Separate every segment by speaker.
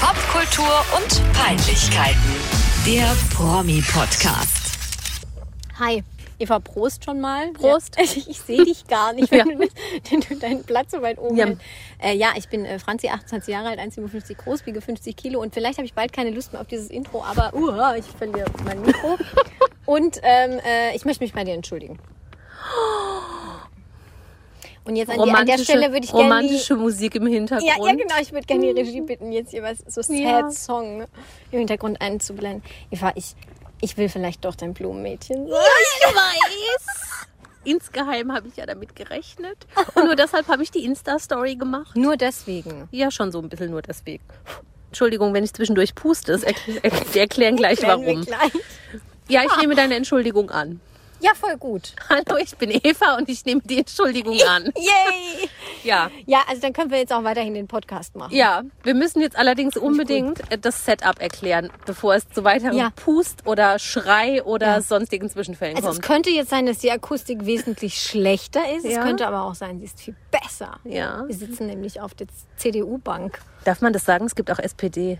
Speaker 1: Popkultur und Peinlichkeiten. Der Promi-Podcast.
Speaker 2: Hi.
Speaker 3: Eva, Prost schon mal.
Speaker 2: Prost.
Speaker 3: Ja. Ich, ich sehe dich gar nicht,
Speaker 2: Ja.
Speaker 3: wenn, du, wenn du deinen Platz so weit oben
Speaker 2: Ja.
Speaker 3: ja. Äh, ja, ich bin äh, Franzi, 28 Jahre alt, 1,57 groß, wiege 50 Kilo und vielleicht habe ich bald keine Lust mehr auf dieses Intro, aber uah, ich verliere mein Mikro. und ähm, äh, ich möchte mich bei dir entschuldigen. Und jetzt an, die, an der
Speaker 2: Romantische,
Speaker 3: Stelle würde ich gerne... die-
Speaker 2: romantische Musik im Hintergrund.
Speaker 3: Ja, ja, genau. Ich würde gerne die Regie bitten, jetzt hier was so sad
Speaker 2: Ja.
Speaker 3: Song im Hintergrund einzublenden. Eva, ich, ich will vielleicht doch dein Blumenmädchen sein.
Speaker 2: Insgeheim habe ich ja damit gerechnet. Und nur deshalb habe ich die Insta-Story gemacht.
Speaker 3: Nur deswegen.
Speaker 2: Ja, schon so ein bisschen nur deswegen. Entschuldigung, wenn ich zwischendurch puste. Das erkl- erkl- Wir erklären gleich
Speaker 3: Klären wir
Speaker 2: warum.
Speaker 3: gleich.
Speaker 2: Ja, ich nehme deine Entschuldigung an.
Speaker 3: Ja, voll gut.
Speaker 2: Hallo, ich bin Eva und ich nehme die Entschuldigung an.
Speaker 3: Yay!
Speaker 2: Ja.
Speaker 3: Ja, also dann können wir jetzt auch weiterhin den Podcast machen.
Speaker 2: Ja, wir müssen jetzt allerdings unbedingt äh, das Setup erklären, bevor es zu weiteren
Speaker 3: Ja.
Speaker 2: Pust oder Schrei oder
Speaker 3: Ja.
Speaker 2: sonstigen Zwischenfällen
Speaker 3: Also es
Speaker 2: kommt.
Speaker 3: könnte jetzt sein, dass die Akustik wesentlich schlechter ist.
Speaker 2: Ja.
Speaker 3: Es könnte aber auch sein, sie ist viel besser.
Speaker 2: Ja.
Speaker 3: Wir sitzen nämlich auf der CDU-Bank.
Speaker 2: Darf man das sagen? Es gibt auch SPD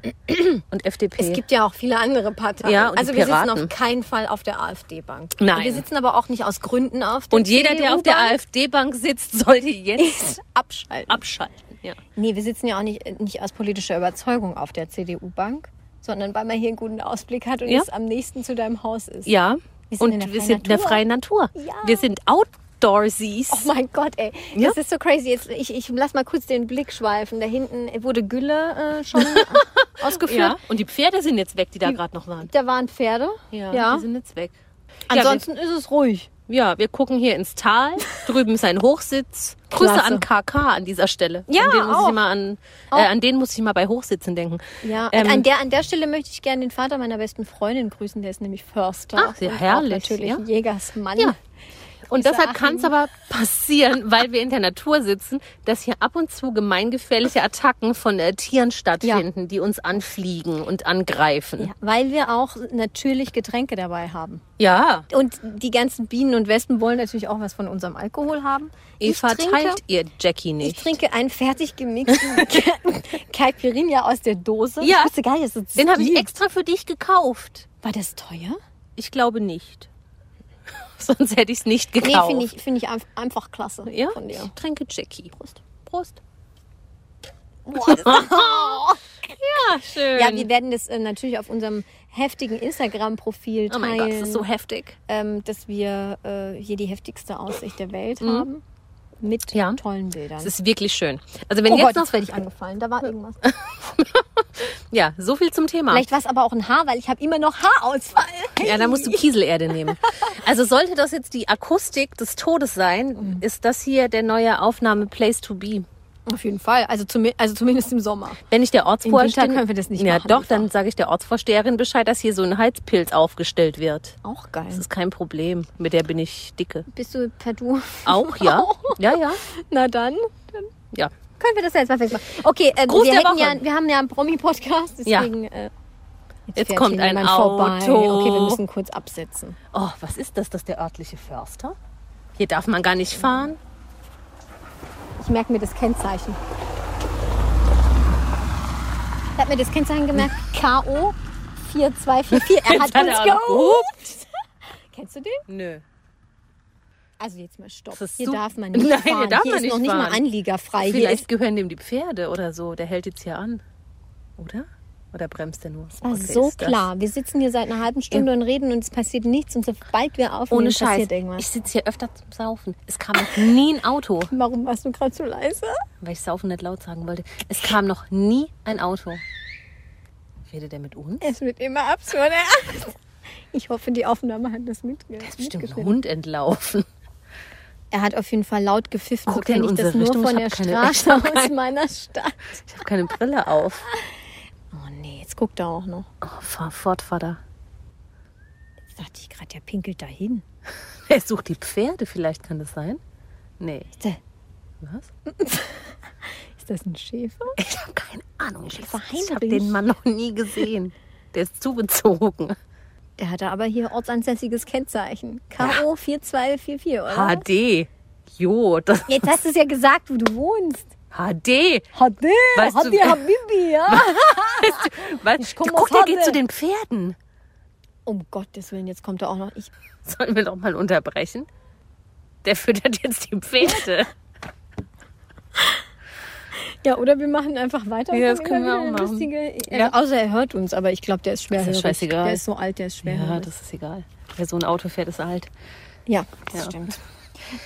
Speaker 2: und FDP.
Speaker 3: Es gibt ja auch viele andere Parteien.
Speaker 2: Ja, und die
Speaker 3: also wir sitzen
Speaker 2: Piraten.
Speaker 3: auf keinen Fall auf der AfD-Bank.
Speaker 2: Nein.
Speaker 3: Und Wir sitzen aber auch nicht aus Gründen auf der
Speaker 2: und jeder, der auf der
Speaker 3: CDU-Bank
Speaker 2: AfD-Bank sitzt, sollte jetzt
Speaker 3: ist, abschalten.
Speaker 2: abschalten. Ja.
Speaker 3: Nee, wir sitzen ja auch nicht, nicht aus politischer Überzeugung auf der CDU-Bank, sondern weil man hier einen guten Ausblick hat und
Speaker 2: Ja.
Speaker 3: es am nächsten zu deinem Haus ist.
Speaker 2: ja.
Speaker 3: Wir sind
Speaker 2: und
Speaker 3: in der
Speaker 2: wir
Speaker 3: freien
Speaker 2: sind in der
Speaker 3: Natur.
Speaker 2: freien Natur.
Speaker 3: Ja.
Speaker 2: Wir sind Outdoorsies.
Speaker 3: Oh mein Gott, ey.
Speaker 2: Ja.
Speaker 3: Das ist so crazy. Jetzt, ich, ich lass mal kurz den Blick schweifen. Da hinten wurde Gülle äh, schon ausgeführt.
Speaker 2: ja. Und die Pferde sind jetzt weg, die da gerade noch waren.
Speaker 3: Da waren Pferde.
Speaker 2: Die sind jetzt weg.
Speaker 3: Ansonsten ist es ruhig.
Speaker 2: Ja, wir gucken hier ins Tal. Drüben ist ein Hochsitz. Grüße
Speaker 3: Klasse.
Speaker 2: an KK an dieser Stelle.
Speaker 3: Ja,
Speaker 2: an den muss
Speaker 3: auch.
Speaker 2: ich mal an, äh, an den muss ich mal bei Hochsitzen denken.
Speaker 3: Ja.
Speaker 2: Ähm,
Speaker 3: an, der, an der Stelle möchte ich gerne den Vater meiner besten Freundin grüßen. Der ist nämlich Förster.
Speaker 2: Ach, ja,
Speaker 3: und auch
Speaker 2: herrlich,
Speaker 3: Natürlich
Speaker 2: ja.
Speaker 3: Jägersmann.
Speaker 2: Ja. Und
Speaker 3: Grüße
Speaker 2: deshalb
Speaker 3: Achim.
Speaker 2: kann es aber passieren, weil wir in der Natur sitzen, dass hier ab und zu gemeingefährliche Attacken von äh, Tieren stattfinden, die uns anfliegen und angreifen.
Speaker 3: Ja, weil wir auch natürlich Getränke dabei haben.
Speaker 2: Ja.
Speaker 3: Und die ganzen Bienen und Wespen wollen natürlich auch was von unserem Alkohol haben.
Speaker 2: Eva
Speaker 3: ich trinke,
Speaker 2: teilt ihr Jackie
Speaker 3: Ich
Speaker 2: nicht.
Speaker 3: trinke einen fertig gemixten Caipirinha aus der Dose.
Speaker 2: Ja.
Speaker 3: Ich wusste gar nicht, dass es
Speaker 2: den habe ich
Speaker 3: die-
Speaker 2: extra für dich gekauft.
Speaker 3: War das teuer?
Speaker 2: Ich glaube nicht. Sonst hätte ich es nicht
Speaker 3: Nee,
Speaker 2: gekauft.
Speaker 3: finde ich, find ich einf- einfach klasse
Speaker 2: Ja,
Speaker 3: von
Speaker 2: ich
Speaker 3: dir.
Speaker 2: trinke Jackie. Prost. Prost.
Speaker 3: Boah, das-
Speaker 2: Ja, schön.
Speaker 3: ja, wir werden das äh, natürlich auf unserem heftigen Instagram-Profil teilen,
Speaker 2: oh mein Gott, das ist so heftig.
Speaker 3: ähm, dass wir äh, hier die heftigste Aussicht der Welt haben. Mit
Speaker 2: Ja.
Speaker 3: tollen Bildern.
Speaker 2: Es ist wirklich schön. Also wenn
Speaker 3: oh
Speaker 2: jetzt
Speaker 3: Gott, jetzt Ah.
Speaker 2: noch...
Speaker 3: werde ich angefallen. Da war irgendwas.
Speaker 2: Ja, so viel zum Thema.
Speaker 3: Vielleicht war es aber auch ein Haar, weil ich habe immer noch Haarausfall.
Speaker 2: Ja, da musst du Kieselerde nehmen. Also sollte das jetzt die Akustik des Todes sein,
Speaker 3: Mhm.
Speaker 2: ist das hier der neue Aufnahme Place to Be.
Speaker 3: Auf jeden Fall. Also, zumi- also zumindest im Sommer.
Speaker 2: Wenn ich der Ortsvorsteherin...
Speaker 3: Winter können wir das nicht
Speaker 2: ja,
Speaker 3: machen,
Speaker 2: doch,
Speaker 3: Eva.
Speaker 2: dann sage ich der Ortsvorsteherin Bescheid, dass hier so ein Heizpilz aufgestellt wird.
Speaker 3: Auch geil.
Speaker 2: Das ist kein Problem. Mit der bin ich dicke.
Speaker 3: Bist du per Du?
Speaker 2: Auch, ja. Ja, ja.
Speaker 3: Na dann.
Speaker 2: Ja.
Speaker 3: Können wir das ja jetzt mal festmachen. Okay, äh,
Speaker 2: Gruß
Speaker 3: wir,
Speaker 2: der
Speaker 3: hätten
Speaker 2: Woche.
Speaker 3: ja, wir haben ja einen Promi-Podcast,
Speaker 2: Ja.
Speaker 3: deswegen... Äh,
Speaker 2: Jetzt
Speaker 3: fährt
Speaker 2: kommt
Speaker 3: hier
Speaker 2: ein
Speaker 3: jemand
Speaker 2: Auto.
Speaker 3: Okay, wir müssen kurz absetzen.
Speaker 2: Oh, was ist das? Das ist der örtliche Förster? Hier darf man gar nicht fahren.
Speaker 3: Ich merke mir das Kennzeichen. Ich habe mir das Kennzeichen gemerkt. K.O. 4244. Er
Speaker 2: Jetzt hat er
Speaker 3: hat
Speaker 2: auch noch
Speaker 3: uns gehupt. Kennst du den?
Speaker 2: Nö.
Speaker 3: Also jetzt mal stopp.
Speaker 2: Das ist
Speaker 3: Hier
Speaker 2: so-
Speaker 3: darf man nicht
Speaker 2: Nein, hier
Speaker 3: fahren.
Speaker 2: darf
Speaker 3: hier
Speaker 2: man
Speaker 3: ist
Speaker 2: nicht
Speaker 3: noch nicht mal
Speaker 2: fahren.
Speaker 3: anliegerfrei. Hier
Speaker 2: Vielleicht
Speaker 3: ist
Speaker 2: gehören dem die Pferde oder so. Der hält jetzt hier an. Oder? Oder bremst er nur?
Speaker 3: war
Speaker 2: Okay,
Speaker 3: Ah, so
Speaker 2: ist das-
Speaker 3: klar. Wir sitzen hier seit einer halben Stunde und reden und es passiert nichts. Und sobald wir aufnehmen,
Speaker 2: Ohne Scheiß.
Speaker 3: passiert irgendwas.
Speaker 2: Ich sitze hier öfter zum Saufen. Es kam noch nie ein Auto,
Speaker 3: Warum warst du gerade so leise?
Speaker 2: weil ich Saufen nicht laut sagen wollte. Es kam noch nie ein Auto. Redet der mit uns?
Speaker 3: Es wird immer absurder. Ich hoffe, die Aufnahme hat das mitge
Speaker 2: Der ist bestimmt ein
Speaker 3: mitgeschnitten.
Speaker 2: Hund entlaufen.
Speaker 3: Er hat auf jeden Fall laut gepfiffen.
Speaker 2: Guckt
Speaker 3: so
Speaker 2: er in
Speaker 3: kenne ich das
Speaker 2: unsere
Speaker 3: nur von
Speaker 2: Richtung? Ich
Speaker 3: der
Speaker 2: hab keine- ich
Speaker 3: Straße
Speaker 2: hab
Speaker 3: aus
Speaker 2: keine-
Speaker 3: meiner Stadt.
Speaker 2: Ich habe keine Brille auf.
Speaker 3: Oh nee, jetzt guckt er auch noch.
Speaker 2: Oh, fahr fort, Vater.
Speaker 3: Jetzt dachte ich gerade, der pinkelt dahin.
Speaker 2: Er sucht die Pferde, vielleicht kann das sein? Nee.
Speaker 3: Ist das,
Speaker 2: Was?
Speaker 3: ist das ein Schäfer?
Speaker 2: Ich habe keine Ahnung. Ich, ich habe
Speaker 3: Heinrich.
Speaker 2: den Mann noch nie gesehen. Der ist zugezogen.
Speaker 3: Der hatte aber hier ortsansässiges Kennzeichen. K.O. 4244, oder?
Speaker 2: HD. Jo, das
Speaker 3: Jetzt hast du es ja gesagt, wo du wohnst.
Speaker 2: HD.
Speaker 3: Hadi,
Speaker 2: Weißt du-
Speaker 3: Hadi Habibi, ja.
Speaker 2: Weil,
Speaker 3: Ich komm
Speaker 2: guck,
Speaker 3: aus
Speaker 2: der
Speaker 3: Hande.
Speaker 2: geht zu den Pferden.
Speaker 3: Um Gottes Willen, jetzt kommt er auch noch. Ich,
Speaker 2: Sollen wir doch mal unterbrechen? Der füttert jetzt die Pferde.
Speaker 3: ja, oder wir machen einfach weiter. und
Speaker 2: Ja, das
Speaker 3: haben
Speaker 2: können
Speaker 3: immer
Speaker 2: wir
Speaker 3: wieder
Speaker 2: auch machen.
Speaker 3: Lustige,
Speaker 2: Ja.
Speaker 3: ja. Außer er hört uns, aber ich glaube, der ist schwerhörig.
Speaker 2: scheißegal.
Speaker 3: Der ist so alt, der ist schwerhörig.
Speaker 2: Ja, das ist egal. Wer so ein Auto fährt, ist alt.
Speaker 3: Ja, das
Speaker 2: Ja.
Speaker 3: stimmt.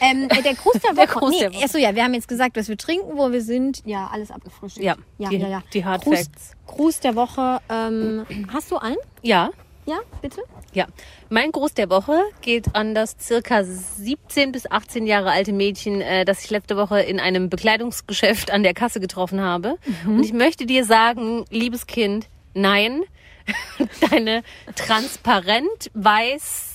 Speaker 3: Ähm, äh, der Gruß der Woche.
Speaker 2: Der Gruß
Speaker 3: nee,
Speaker 2: der Woche.
Speaker 3: Achso, ja, wir haben jetzt gesagt, was wir trinken, wo wir sind. Ja, alles abgefrühstückt.
Speaker 2: Ja,
Speaker 3: ja,
Speaker 2: die-
Speaker 3: ja, ja.
Speaker 2: die Hard
Speaker 3: Gruß,
Speaker 2: Facts.
Speaker 3: Gruß der Woche. Ähm, hast du einen?
Speaker 2: Ja,
Speaker 3: Ja, bitte?
Speaker 2: ja. Mein Gruß der Woche geht an das circa 17 bis 18 Jahre alte Mädchen, äh, das ich letzte Woche in einem Bekleidungsgeschäft an der Kasse getroffen habe. Und ich möchte dir sagen, liebes Kind, nein, deine transparent weiß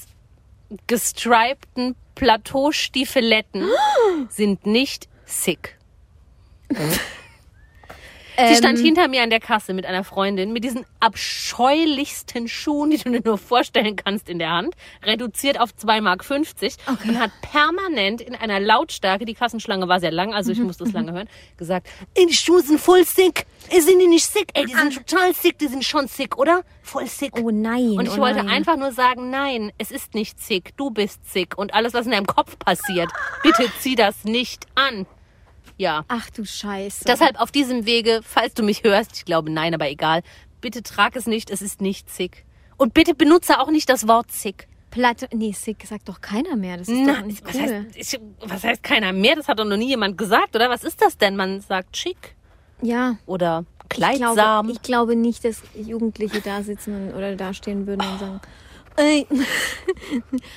Speaker 2: gestripten Plateaustiefeletten sind nicht sick.
Speaker 3: Ähm,
Speaker 2: Sie stand hinter mir an der Kasse mit einer Freundin mit diesen abscheulichsten Schuhen, die du dir nur vorstellen kannst, in der Hand, reduziert auf 2,50 Mark und hat permanent in einer Lautstärke, die Kassenschlange war sehr lang,
Speaker 3: Mhm.
Speaker 2: also ich musste es lange hören, gesagt, "Ey, die Schuhe sind voll sick, Ey, sind die nicht sick, ey, die sind total sick, die sind schon sick, oder? Voll sick.
Speaker 3: Ah. Oh nein.
Speaker 2: Und ich
Speaker 3: oh
Speaker 2: wollte
Speaker 3: nein.
Speaker 2: einfach nur sagen, nein, es ist nicht sick, du bist sick und alles, was in deinem Kopf passiert, bitte zieh das nicht an. Ja.
Speaker 3: Ach du Scheiße.
Speaker 2: Deshalb auf diesem Wege, falls du mich hörst, ich glaube nein, aber egal, bitte trag es nicht, es ist nicht sick. Und bitte benutze auch nicht das Wort sick.
Speaker 3: Platte. Nee, Sick sagt doch keiner mehr. Das ist doch
Speaker 2: Na,
Speaker 3: nicht
Speaker 2: was, heißt,
Speaker 3: cool.
Speaker 2: ich, was heißt keiner mehr? Das hat doch noch nie jemand gesagt, oder? Was ist das denn? Man sagt schick
Speaker 3: Ja.
Speaker 2: oder
Speaker 3: Ich glaube,
Speaker 2: kleidsam.
Speaker 3: ich glaube nicht, dass Jugendliche da sitzen und, oder da stehen würden und sagen, ey,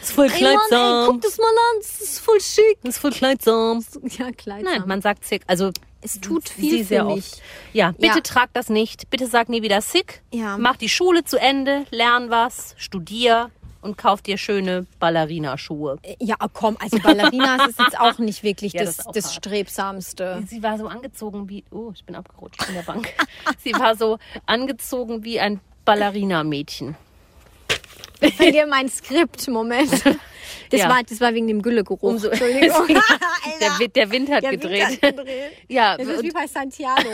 Speaker 2: ist voll
Speaker 3: ey Mann, ey, guck das mal an, das ist voll schick.
Speaker 2: ist voll kleidsam.
Speaker 3: Ja, kleidsam.
Speaker 2: Nein, man sagt sick. Also
Speaker 3: es tut
Speaker 2: sie
Speaker 3: viel
Speaker 2: sehr
Speaker 3: für
Speaker 2: oft.
Speaker 3: mich.
Speaker 2: Ja, bitte
Speaker 3: Ja.
Speaker 2: trag das nicht. Bitte sag nie wieder sick.
Speaker 3: Ja.
Speaker 2: Mach die Schule zu Ende, lern was, studier und kauf dir schöne Ballerinaschuhe.
Speaker 3: Ja, komm, also Ballerinas ist jetzt auch nicht wirklich
Speaker 2: Ja, das
Speaker 3: das,
Speaker 2: ist auch
Speaker 3: das,
Speaker 2: hart.
Speaker 3: strebsamste.
Speaker 2: Sie war so angezogen wie, oh, ich bin abgerutscht in der Bank. Sie war so angezogen wie ein Ballerina-Mädchen.
Speaker 3: Ich dir mein Skript, Moment. Das,
Speaker 2: Ja.
Speaker 3: war, das war wegen dem Güllegeruch.
Speaker 2: Umso-
Speaker 3: Entschuldigung.
Speaker 2: Der, Wind- der Wind hat
Speaker 3: Der Wind
Speaker 2: gedreht.
Speaker 3: hat gedreht.
Speaker 2: Ja,
Speaker 3: Das ist wie
Speaker 2: und,
Speaker 3: bei Santiago.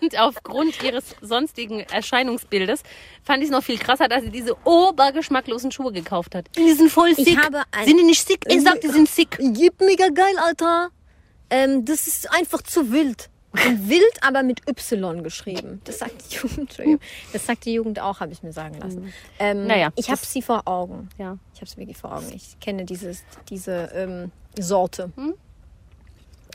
Speaker 2: und aufgrund ihres sonstigen Erscheinungsbildes fand ich es noch viel krasser, dass sie diese obergeschmacklosen Schuhe gekauft hat. Die sind voll sick.
Speaker 3: habe ein-
Speaker 2: sind die nicht sick? Ich sag, die sind sick.
Speaker 3: Jip, mega geil, Alter. Ähm, das ist einfach zu wild. Und wild, aber mit Y geschrieben. Das sagt die Jugend. Entschuldigung. Das sagt die Jugend auch, habe ich mir sagen lassen. Ähm,
Speaker 2: Mhm. Naja,
Speaker 3: ich habe sie vor Augen.
Speaker 2: Ja.
Speaker 3: Ich habe sie wirklich vor Augen. Ich kenne dieses, diese ähm, Sorte.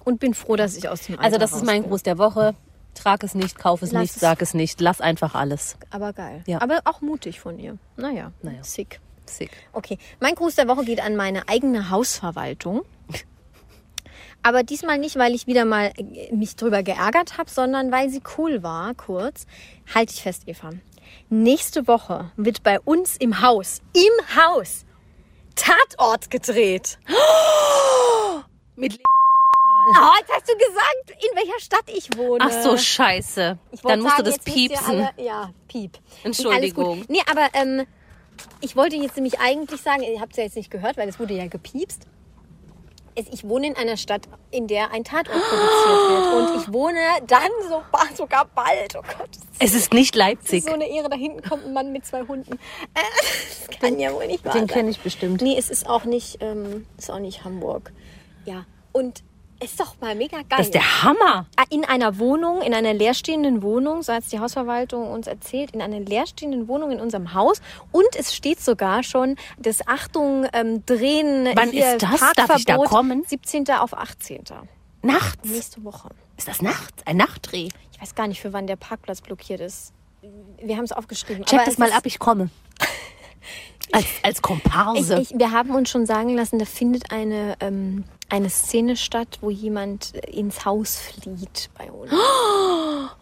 Speaker 3: Und bin froh, dass ich aus dem Alter
Speaker 2: Hm? Also das ist
Speaker 3: raus
Speaker 2: mein
Speaker 3: bin.
Speaker 2: Gruß der Woche. Trag es nicht, kauf es
Speaker 3: Lass
Speaker 2: nicht,
Speaker 3: es.
Speaker 2: sag es nicht. Lass einfach alles.
Speaker 3: Aber geil.
Speaker 2: Ja.
Speaker 3: Aber auch mutig von ihr. Naja,
Speaker 2: Naja.
Speaker 3: sick.
Speaker 2: Sick.
Speaker 3: Okay, mein Gruß der Woche geht an meine eigene Hausverwaltung. Aber diesmal nicht, weil ich wieder mal äh, mich drüber geärgert habe, sondern weil sie cool war, kurz. Halte ich fest, Eva. Nächste Woche wird bei uns im Haus, im Haus, Tatort gedreht.
Speaker 2: Mit
Speaker 3: Oh, jetzt hast du gesagt, in welcher Stadt ich wohne.
Speaker 2: Ach so, scheiße.
Speaker 3: Äh, Ich wollte
Speaker 2: Dann musst
Speaker 3: sagen,
Speaker 2: du das
Speaker 3: jetzt wisst ihr
Speaker 2: piepsen.
Speaker 3: Alle, ja, piep.
Speaker 2: Entschuldigung.
Speaker 3: Alles gut. Nee, aber ähm, ich wollte jetzt nämlich eigentlich sagen, ihr habt es ja jetzt nicht gehört, weil es wurde ja gepiepst. Es- Ich wohne in einer Stadt, in der ein Tatort produziert wird. Und ich wohne dann so, ba- sogar bald. Oh Gott, das
Speaker 2: Es ist nicht Leipzig.
Speaker 3: ist so eine Ehre. Da hinten kommt ein Mann mit zwei Hunden. Äh, das kann ja wohl nicht wahr sein.
Speaker 2: Den kenne ich bestimmt.
Speaker 3: Nee, es ist auch nicht, ähm, ist auch nicht Hamburg. Ja, und es ist doch mal mega geil.
Speaker 2: Das ist der Hammer.
Speaker 3: Ah, In einer Wohnung, in einer leerstehenden Wohnung, so hat es die Hausverwaltung uns erzählt, in einer leerstehenden Wohnung in unserem Haus. Und es steht sogar schon, das Achtung, ähm, Drehen,
Speaker 2: Wann
Speaker 3: hier,
Speaker 2: ist das?
Speaker 3: Parkverbot,
Speaker 2: Darf ich da kommen?
Speaker 3: 17. auf 18.
Speaker 2: Nachts.
Speaker 3: Nächste Woche.
Speaker 2: Ist das nachts? Ein Nachtdreh.
Speaker 3: Ich weiß gar nicht, für wann der Parkplatz blockiert ist. Wir haben es aufgeschrieben.
Speaker 2: Check
Speaker 3: aber
Speaker 2: das
Speaker 3: es
Speaker 2: mal
Speaker 3: ist-
Speaker 2: ab, ich komme. Als, als
Speaker 3: Ich,
Speaker 2: Komparse.
Speaker 3: ich, wir haben uns schon sagen lassen, da findet eine, ähm, eine Szene statt, wo jemand äh, ins Haus flieht bei uns.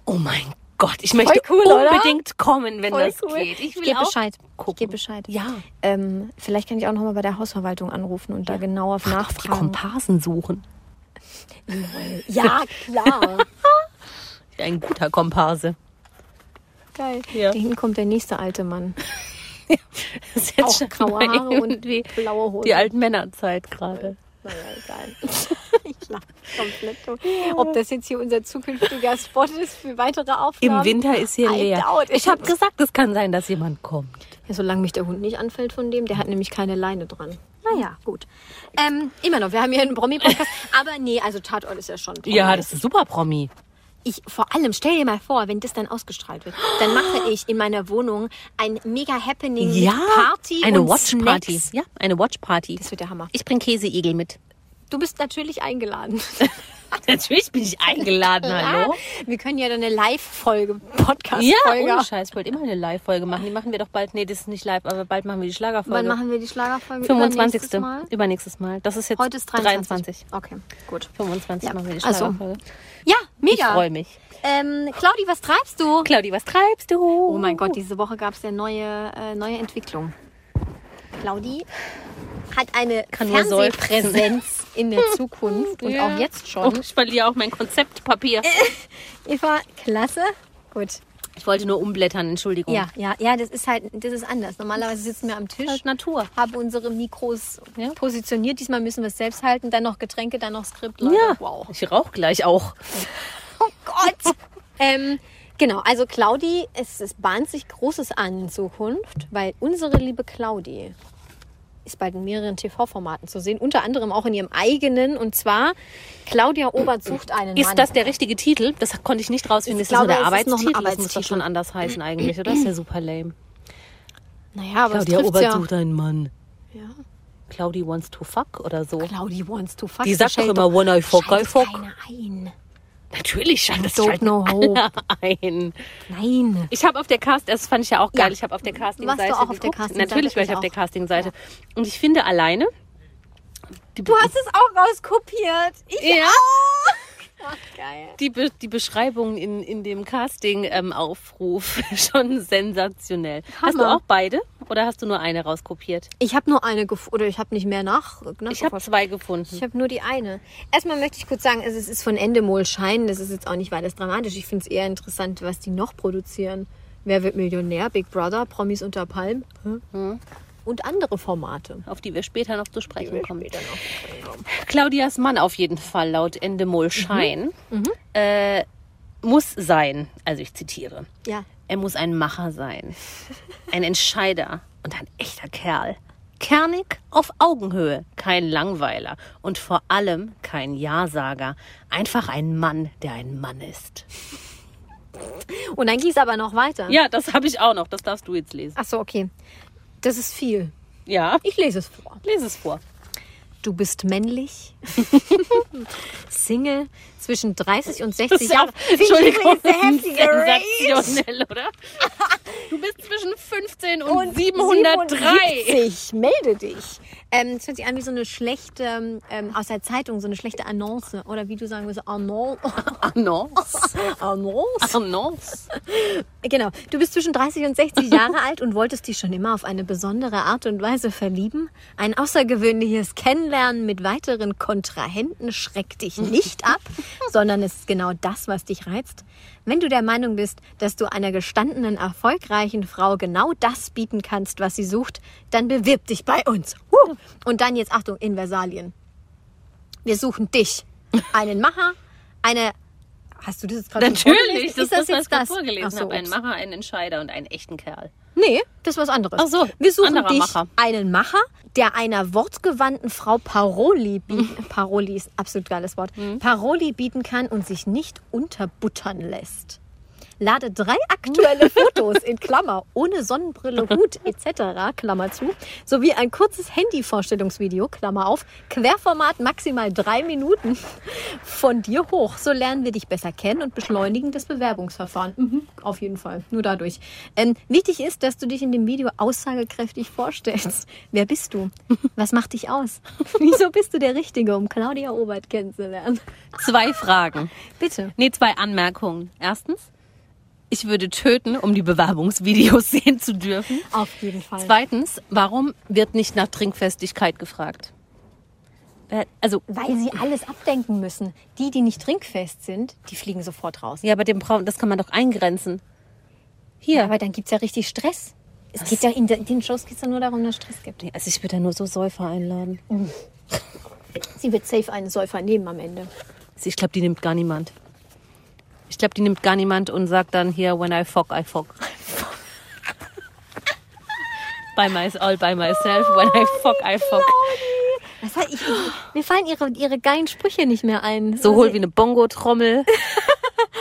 Speaker 2: oh mein Gott, ich möchte
Speaker 3: cool, oder?
Speaker 2: unbedingt kommen, wenn
Speaker 3: Voll
Speaker 2: das
Speaker 3: cool.
Speaker 2: geht. Ich
Speaker 3: Ich
Speaker 2: will
Speaker 3: geb
Speaker 2: auch
Speaker 3: Bescheid. Ich
Speaker 2: Gucken.
Speaker 3: geb Bescheid.
Speaker 2: Ja,
Speaker 3: Ähm, vielleicht kann ich auch nochmal bei der Hausverwaltung anrufen und da genauer
Speaker 2: nach die
Speaker 3: nachfragen.
Speaker 2: Komparsen suchen.
Speaker 3: Ja, klar.
Speaker 2: Ein guter Komparse.
Speaker 3: Geil.
Speaker 2: Ja.
Speaker 3: Da hinten kommt der nächste alte Mann.
Speaker 2: Das ist jetzt
Speaker 3: Auch
Speaker 2: schon
Speaker 3: graue
Speaker 2: mal
Speaker 3: Haare und
Speaker 2: irgendwie
Speaker 3: blaue Hose.
Speaker 2: Die alten Männerzeit gerade.
Speaker 3: naja, egal. ich lache komplett tot. Ob das jetzt hier unser zukünftiger Spot ist für weitere Aufnahmen.
Speaker 2: Im Winter ist hier
Speaker 3: I
Speaker 2: leer.
Speaker 3: doubt it.
Speaker 2: Ich habe gesagt, es kann sein, dass jemand kommt.
Speaker 3: Ja, solange mich der Hund nicht anfällt von dem, der hat nämlich keine Leine
Speaker 2: Hm.
Speaker 3: dran. Naja, gut. Ähm, immer noch, wir haben hier einen Promi-Podcast. aber nee, also Tatort ist ja schon.
Speaker 2: Ja,
Speaker 3: promi.
Speaker 2: das ist super Promi.
Speaker 3: Ich, vor allem, stell dir mal vor, wenn das dann ausgestrahlt wird, dann mache ich in meiner Wohnung ein mega Happening mit
Speaker 2: Ja,
Speaker 3: Party.
Speaker 2: eine
Speaker 3: und
Speaker 2: Watch-Party.
Speaker 3: Snacks.
Speaker 2: Ja, eine Watch-Party.
Speaker 3: Das wird der Hammer.
Speaker 2: Ich bringe Käseigel mit.
Speaker 3: Du bist natürlich eingeladen.
Speaker 2: Natürlich bin ich eingeladen, hallo?
Speaker 3: Wir können ja dann eine Live-Folge, Podcast-Folge.
Speaker 2: Ja, ohne Scheiß. Ich wollte immer eine Live-Folge machen. Die machen wir doch bald. Nee, das ist nicht live, aber bald machen wir die Schlagerfolge.
Speaker 3: Wann machen wir die Schlagerfolge?
Speaker 2: 25.
Speaker 3: Übernächstes Mal?
Speaker 2: Übernächstes Mal. Das ist jetzt
Speaker 3: Heute ist 23.
Speaker 2: 23.
Speaker 3: Okay, gut.
Speaker 2: 25
Speaker 3: Ja,
Speaker 2: machen wir die
Speaker 3: also,
Speaker 2: Schlagerfolge.
Speaker 3: Ja,
Speaker 2: ich
Speaker 3: mega.
Speaker 2: freue mich.
Speaker 3: Ähm, Claudi, was treibst du?
Speaker 2: Claudi, was treibst du?
Speaker 3: Oh mein Gott, diese Woche gab es ja neue, äh, neue Entwicklung. Claudi hat eine
Speaker 2: Kann nur
Speaker 3: Fernsehpräsenz in der Zukunft und
Speaker 2: Ja.
Speaker 3: auch jetzt
Speaker 2: Oh,
Speaker 3: schon.
Speaker 2: ich verliere auch mein Konzeptpapier.
Speaker 3: Äh. Eva, klasse. Gut.
Speaker 2: Ich wollte nur umblättern, Entschuldigung.
Speaker 3: Ja, ja, ja, das ist halt, das ist anders. Normalerweise sitzen wir am Tisch,
Speaker 2: Halt Natur.
Speaker 3: haben unsere Mikros
Speaker 2: Ja.
Speaker 3: positioniert. Diesmal müssen wir es selbst halten, dann noch Getränke, dann noch Skript. Leute.
Speaker 2: Ja.
Speaker 3: Oh Wow.
Speaker 2: Ich rauche gleich auch.
Speaker 3: Oh Gott. ähm, genau, also Claudi, es, es bahnt sich Großes an in Zukunft, weil unsere liebe Claudi ist bald in mehreren TV-Formaten zu sehen, unter anderem auch in ihrem eigenen. Und zwar Claudia Obert sucht einen
Speaker 2: Ist
Speaker 3: Mann.
Speaker 2: das der richtige Titel? Das konnte ich nicht rausfinden.
Speaker 3: Ich
Speaker 2: Ist das nur
Speaker 3: glaube,
Speaker 2: der
Speaker 3: es ist noch ein
Speaker 2: Arbeitstitel? Das muss doch
Speaker 3: Arbeitstitel.
Speaker 2: schon anders heißen eigentlich, oder? Das ist ja super lame.
Speaker 3: Naja, aber
Speaker 2: Claudia
Speaker 3: es trifft's
Speaker 2: Obert
Speaker 3: ja.
Speaker 2: sucht einen Mann.
Speaker 3: ja.
Speaker 2: Claudi wants to fuck oder so.
Speaker 3: Claudi wants to fuck.
Speaker 2: Die sagt
Speaker 3: Michelle,
Speaker 2: doch immer, when I fuck, I
Speaker 3: schaltet
Speaker 2: fuck.
Speaker 3: keiner ein.
Speaker 2: Natürlich scheint das
Speaker 3: Don't know how.
Speaker 2: ein.
Speaker 3: Nein.
Speaker 2: Ich habe auf der Cast, das fand ich ja auch geil,
Speaker 3: Ja.
Speaker 2: ich habe auf der Casting-Seite
Speaker 3: Warst du auch auf der
Speaker 2: geguckt.
Speaker 3: Casting-Seite?
Speaker 2: Natürlich war ich
Speaker 3: Ich
Speaker 2: auf der
Speaker 3: auch.
Speaker 2: Casting-Seite. Und ich finde alleine... Die
Speaker 3: Du hast es auch rauskopiert. Ich
Speaker 2: Ja.
Speaker 3: auch. Ach, geil.
Speaker 2: die, Be die Beschreibung in, in dem Casting-Aufruf schon sensationell. Hast du
Speaker 3: Hammer.
Speaker 2: auch beide oder hast du nur eine rauskopiert?
Speaker 3: Ich habe nur eine gefunden, oder ich habe nicht mehr nach.
Speaker 2: Ich habe zwei gefunden.
Speaker 3: Ich habe nur die eine. Erstmal möchte ich kurz sagen, also es ist von Endemol Schein. Das ist jetzt auch nicht weiter dramatisch. Ich finde es eher interessant, was die noch produzieren. Wer wird Millionär? Big Brother, Promis unter Palm Hä? und andere Formate.
Speaker 2: Auf die wir später noch zu sprechen kommen. Mhm. Claudias Mann auf jeden Fall, laut Endemol Schein, Äh, muss sein, also ich zitiere,
Speaker 3: Ja.
Speaker 2: er muss ein Macher sein, ein Entscheider und ein echter Kerl. Kernig auf Augenhöhe, kein Langweiler und vor allem kein Ja-Sager. Einfach ein Mann, der ein Mann ist.
Speaker 3: Und dann ging es aber noch weiter.
Speaker 2: Ja, das habe ich auch noch. Das darfst du jetzt lesen.
Speaker 3: Ach so, okay. Das ist viel.
Speaker 2: Ja,
Speaker 3: Ich lese es vor.
Speaker 2: lese es vor.
Speaker 3: Du bist männlich, Single, zwischen 30 und 60
Speaker 2: Das ist ja
Speaker 3: Jahren.
Speaker 2: auch, Entschuldigung,
Speaker 3: Finde ich übrigens eine heftige Range.
Speaker 2: sensationell, oder? Du bist zwischen 15 und,
Speaker 3: und
Speaker 2: 703.
Speaker 3: 77. Melde dich. Ähm, das hört sich an wie so eine schlechte, ähm, aus der Zeitung, so eine schlechte Annonce. Oder wie du sagen würdest, Annonce.
Speaker 2: Annons.
Speaker 3: Annonce.
Speaker 2: Annons.
Speaker 3: Genau. Du bist zwischen 30 und 60 Jahre alt und wolltest dich schon immer auf eine besondere Art und Weise verlieben. Ein außergewöhnliches Kennenlernen mit weiteren Kontrahenten schreckt dich nicht ab, sondern es ist genau das, was dich reizt. Wenn du der Meinung bist, dass du einer gestandenen, erfolgreichen Frau genau das bieten kannst, was sie sucht, dann bewirb dich bei uns. Huh! Und dann jetzt Achtung, in Versalien. Wir suchen dich. Einen Macher, eine. Hast du das jetzt gerade schon
Speaker 2: Natürlich,
Speaker 3: vorgelesen?
Speaker 2: das ist das, was ich gerade
Speaker 3: Ach
Speaker 2: vorgelesen
Speaker 3: so,
Speaker 2: habe. Ein
Speaker 3: ups.
Speaker 2: Macher, ein Entscheider und einen echten Kerl.
Speaker 3: Nee, das ist was anderes.
Speaker 2: Ach so,
Speaker 3: wir suchen
Speaker 2: anderer
Speaker 3: dich
Speaker 2: Macher.
Speaker 3: einen Macher, der einer wortgewandten Frau Paroli bieten,
Speaker 2: Mhm.
Speaker 3: Paroli ist ein absolut geiles Wort, Paroli bieten kann und sich nicht unterbuttern lässt. Lade drei aktuelle Fotos in Klammer ohne Sonnenbrille, Hut etc. Klammer zu, sowie ein kurzes Handy-Vorstellungsvideo Klammer auf, Querformat maximal drei Minuten von dir hoch. So lernen wir dich besser kennen und beschleunigen das Bewerbungsverfahren. Mhm, auf jeden Fall, nur dadurch. Ähm, wichtig ist, dass du dich in dem Video aussagekräftig vorstellst. Wer bist du? Was macht dich aus? Wieso bist du der Richtige, um Claudia Obert kennenzulernen?
Speaker 2: Zwei Fragen.
Speaker 3: Bitte.
Speaker 2: Nee, zwei Anmerkungen. Erstens, ich würde töten, um die Bewerbungsvideos sehen zu dürfen.
Speaker 3: Auf jeden Fall.
Speaker 2: Zweitens, warum wird nicht nach Trinkfestigkeit gefragt? Wer- Also,
Speaker 3: Weil sie alles abdenken müssen. Die, die nicht trinkfest sind, die fliegen sofort raus.
Speaker 2: ja, aber dem Braun, das kann man doch eingrenzen. Hier.
Speaker 3: Aber dann gibt's ja richtig Stress. Es geht ja in de- in den Shows geht's ja nur darum, dass es Stress gibt.
Speaker 2: Nee, also ich würde da nur so Säufer einladen.
Speaker 3: Sie wird safe einen Säufer nehmen am Ende.
Speaker 2: Ich glaube, die nimmt gar niemand. Ich glaube, die nimmt gar niemand und sagt dann hier, when I fog, I fog. by my, all by myself, when I fog, I fog.
Speaker 3: Das heißt, ich, ich, mir fallen ihre, ihre geilen Sprüche nicht mehr ein.
Speaker 2: So hohl wie eine Bongo-Trommel.